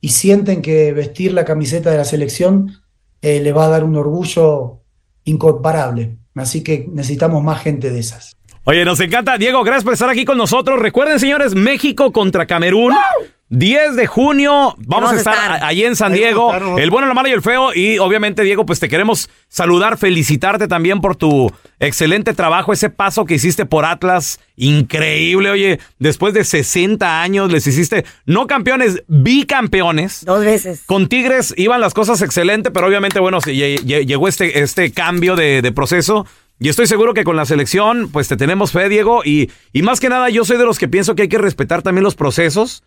[SPEAKER 21] y sienten que vestir la camiseta de la selección eh, les va a dar un orgullo incomparable. Así que necesitamos más gente de esas.
[SPEAKER 5] Oye, nos encanta. Diego, gracias por estar aquí con nosotros. Recuerden, señores, México contra Camerún. 10 de junio, vamos a estar, a- allí en San Diego, el bueno, la mala y el feo. Y obviamente, Diego, pues te queremos saludar, felicitarte también por tu excelente trabajo, ese paso que hiciste por Atlas, increíble, oye, después de 60 años les hiciste, no campeones, bicampeones.
[SPEAKER 6] Dos veces.
[SPEAKER 5] Con Tigres iban las cosas excelente, pero obviamente, bueno, sí, lle- lle- llegó este, este cambio de, de proceso. Y estoy seguro que con la selección, pues te tenemos fe, Diego. Y, y más que nada, yo soy de los que pienso que hay que respetar también los procesos.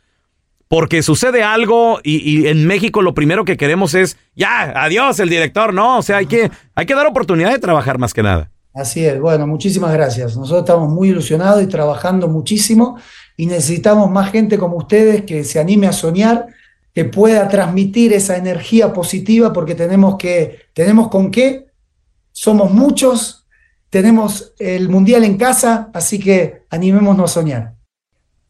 [SPEAKER 5] Porque sucede algo y, y en México lo primero que queremos es, ya, adiós el director, ¿no? O sea, hay que, hay que dar oportunidad de trabajar más que nada.
[SPEAKER 21] Así es, bueno, muchísimas gracias. Nosotros estamos muy ilusionados y trabajando muchísimo y necesitamos más gente como ustedes que se anime a soñar, que pueda transmitir esa energía positiva porque tenemos que, tenemos con qué, somos muchos, tenemos el mundial en casa, así que animémonos a soñar.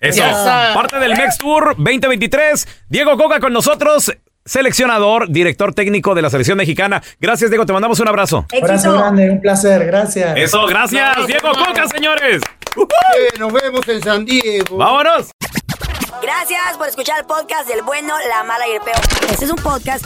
[SPEAKER 5] Eso. Parte del Mex Tour 2023. Diego Coca con nosotros, seleccionador, director técnico de la selección mexicana. Gracias, Diego. Te mandamos un abrazo.
[SPEAKER 21] Abrazo grande, un placer, gracias.
[SPEAKER 5] Eso, gracias, Diego Coca, señores.
[SPEAKER 7] nos vemos en San Diego.
[SPEAKER 5] Vámonos.
[SPEAKER 6] Gracias por escuchar el podcast del bueno, la mala y el peor. Este es un podcast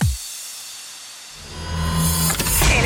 [SPEAKER 22] El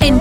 [SPEAKER 4] En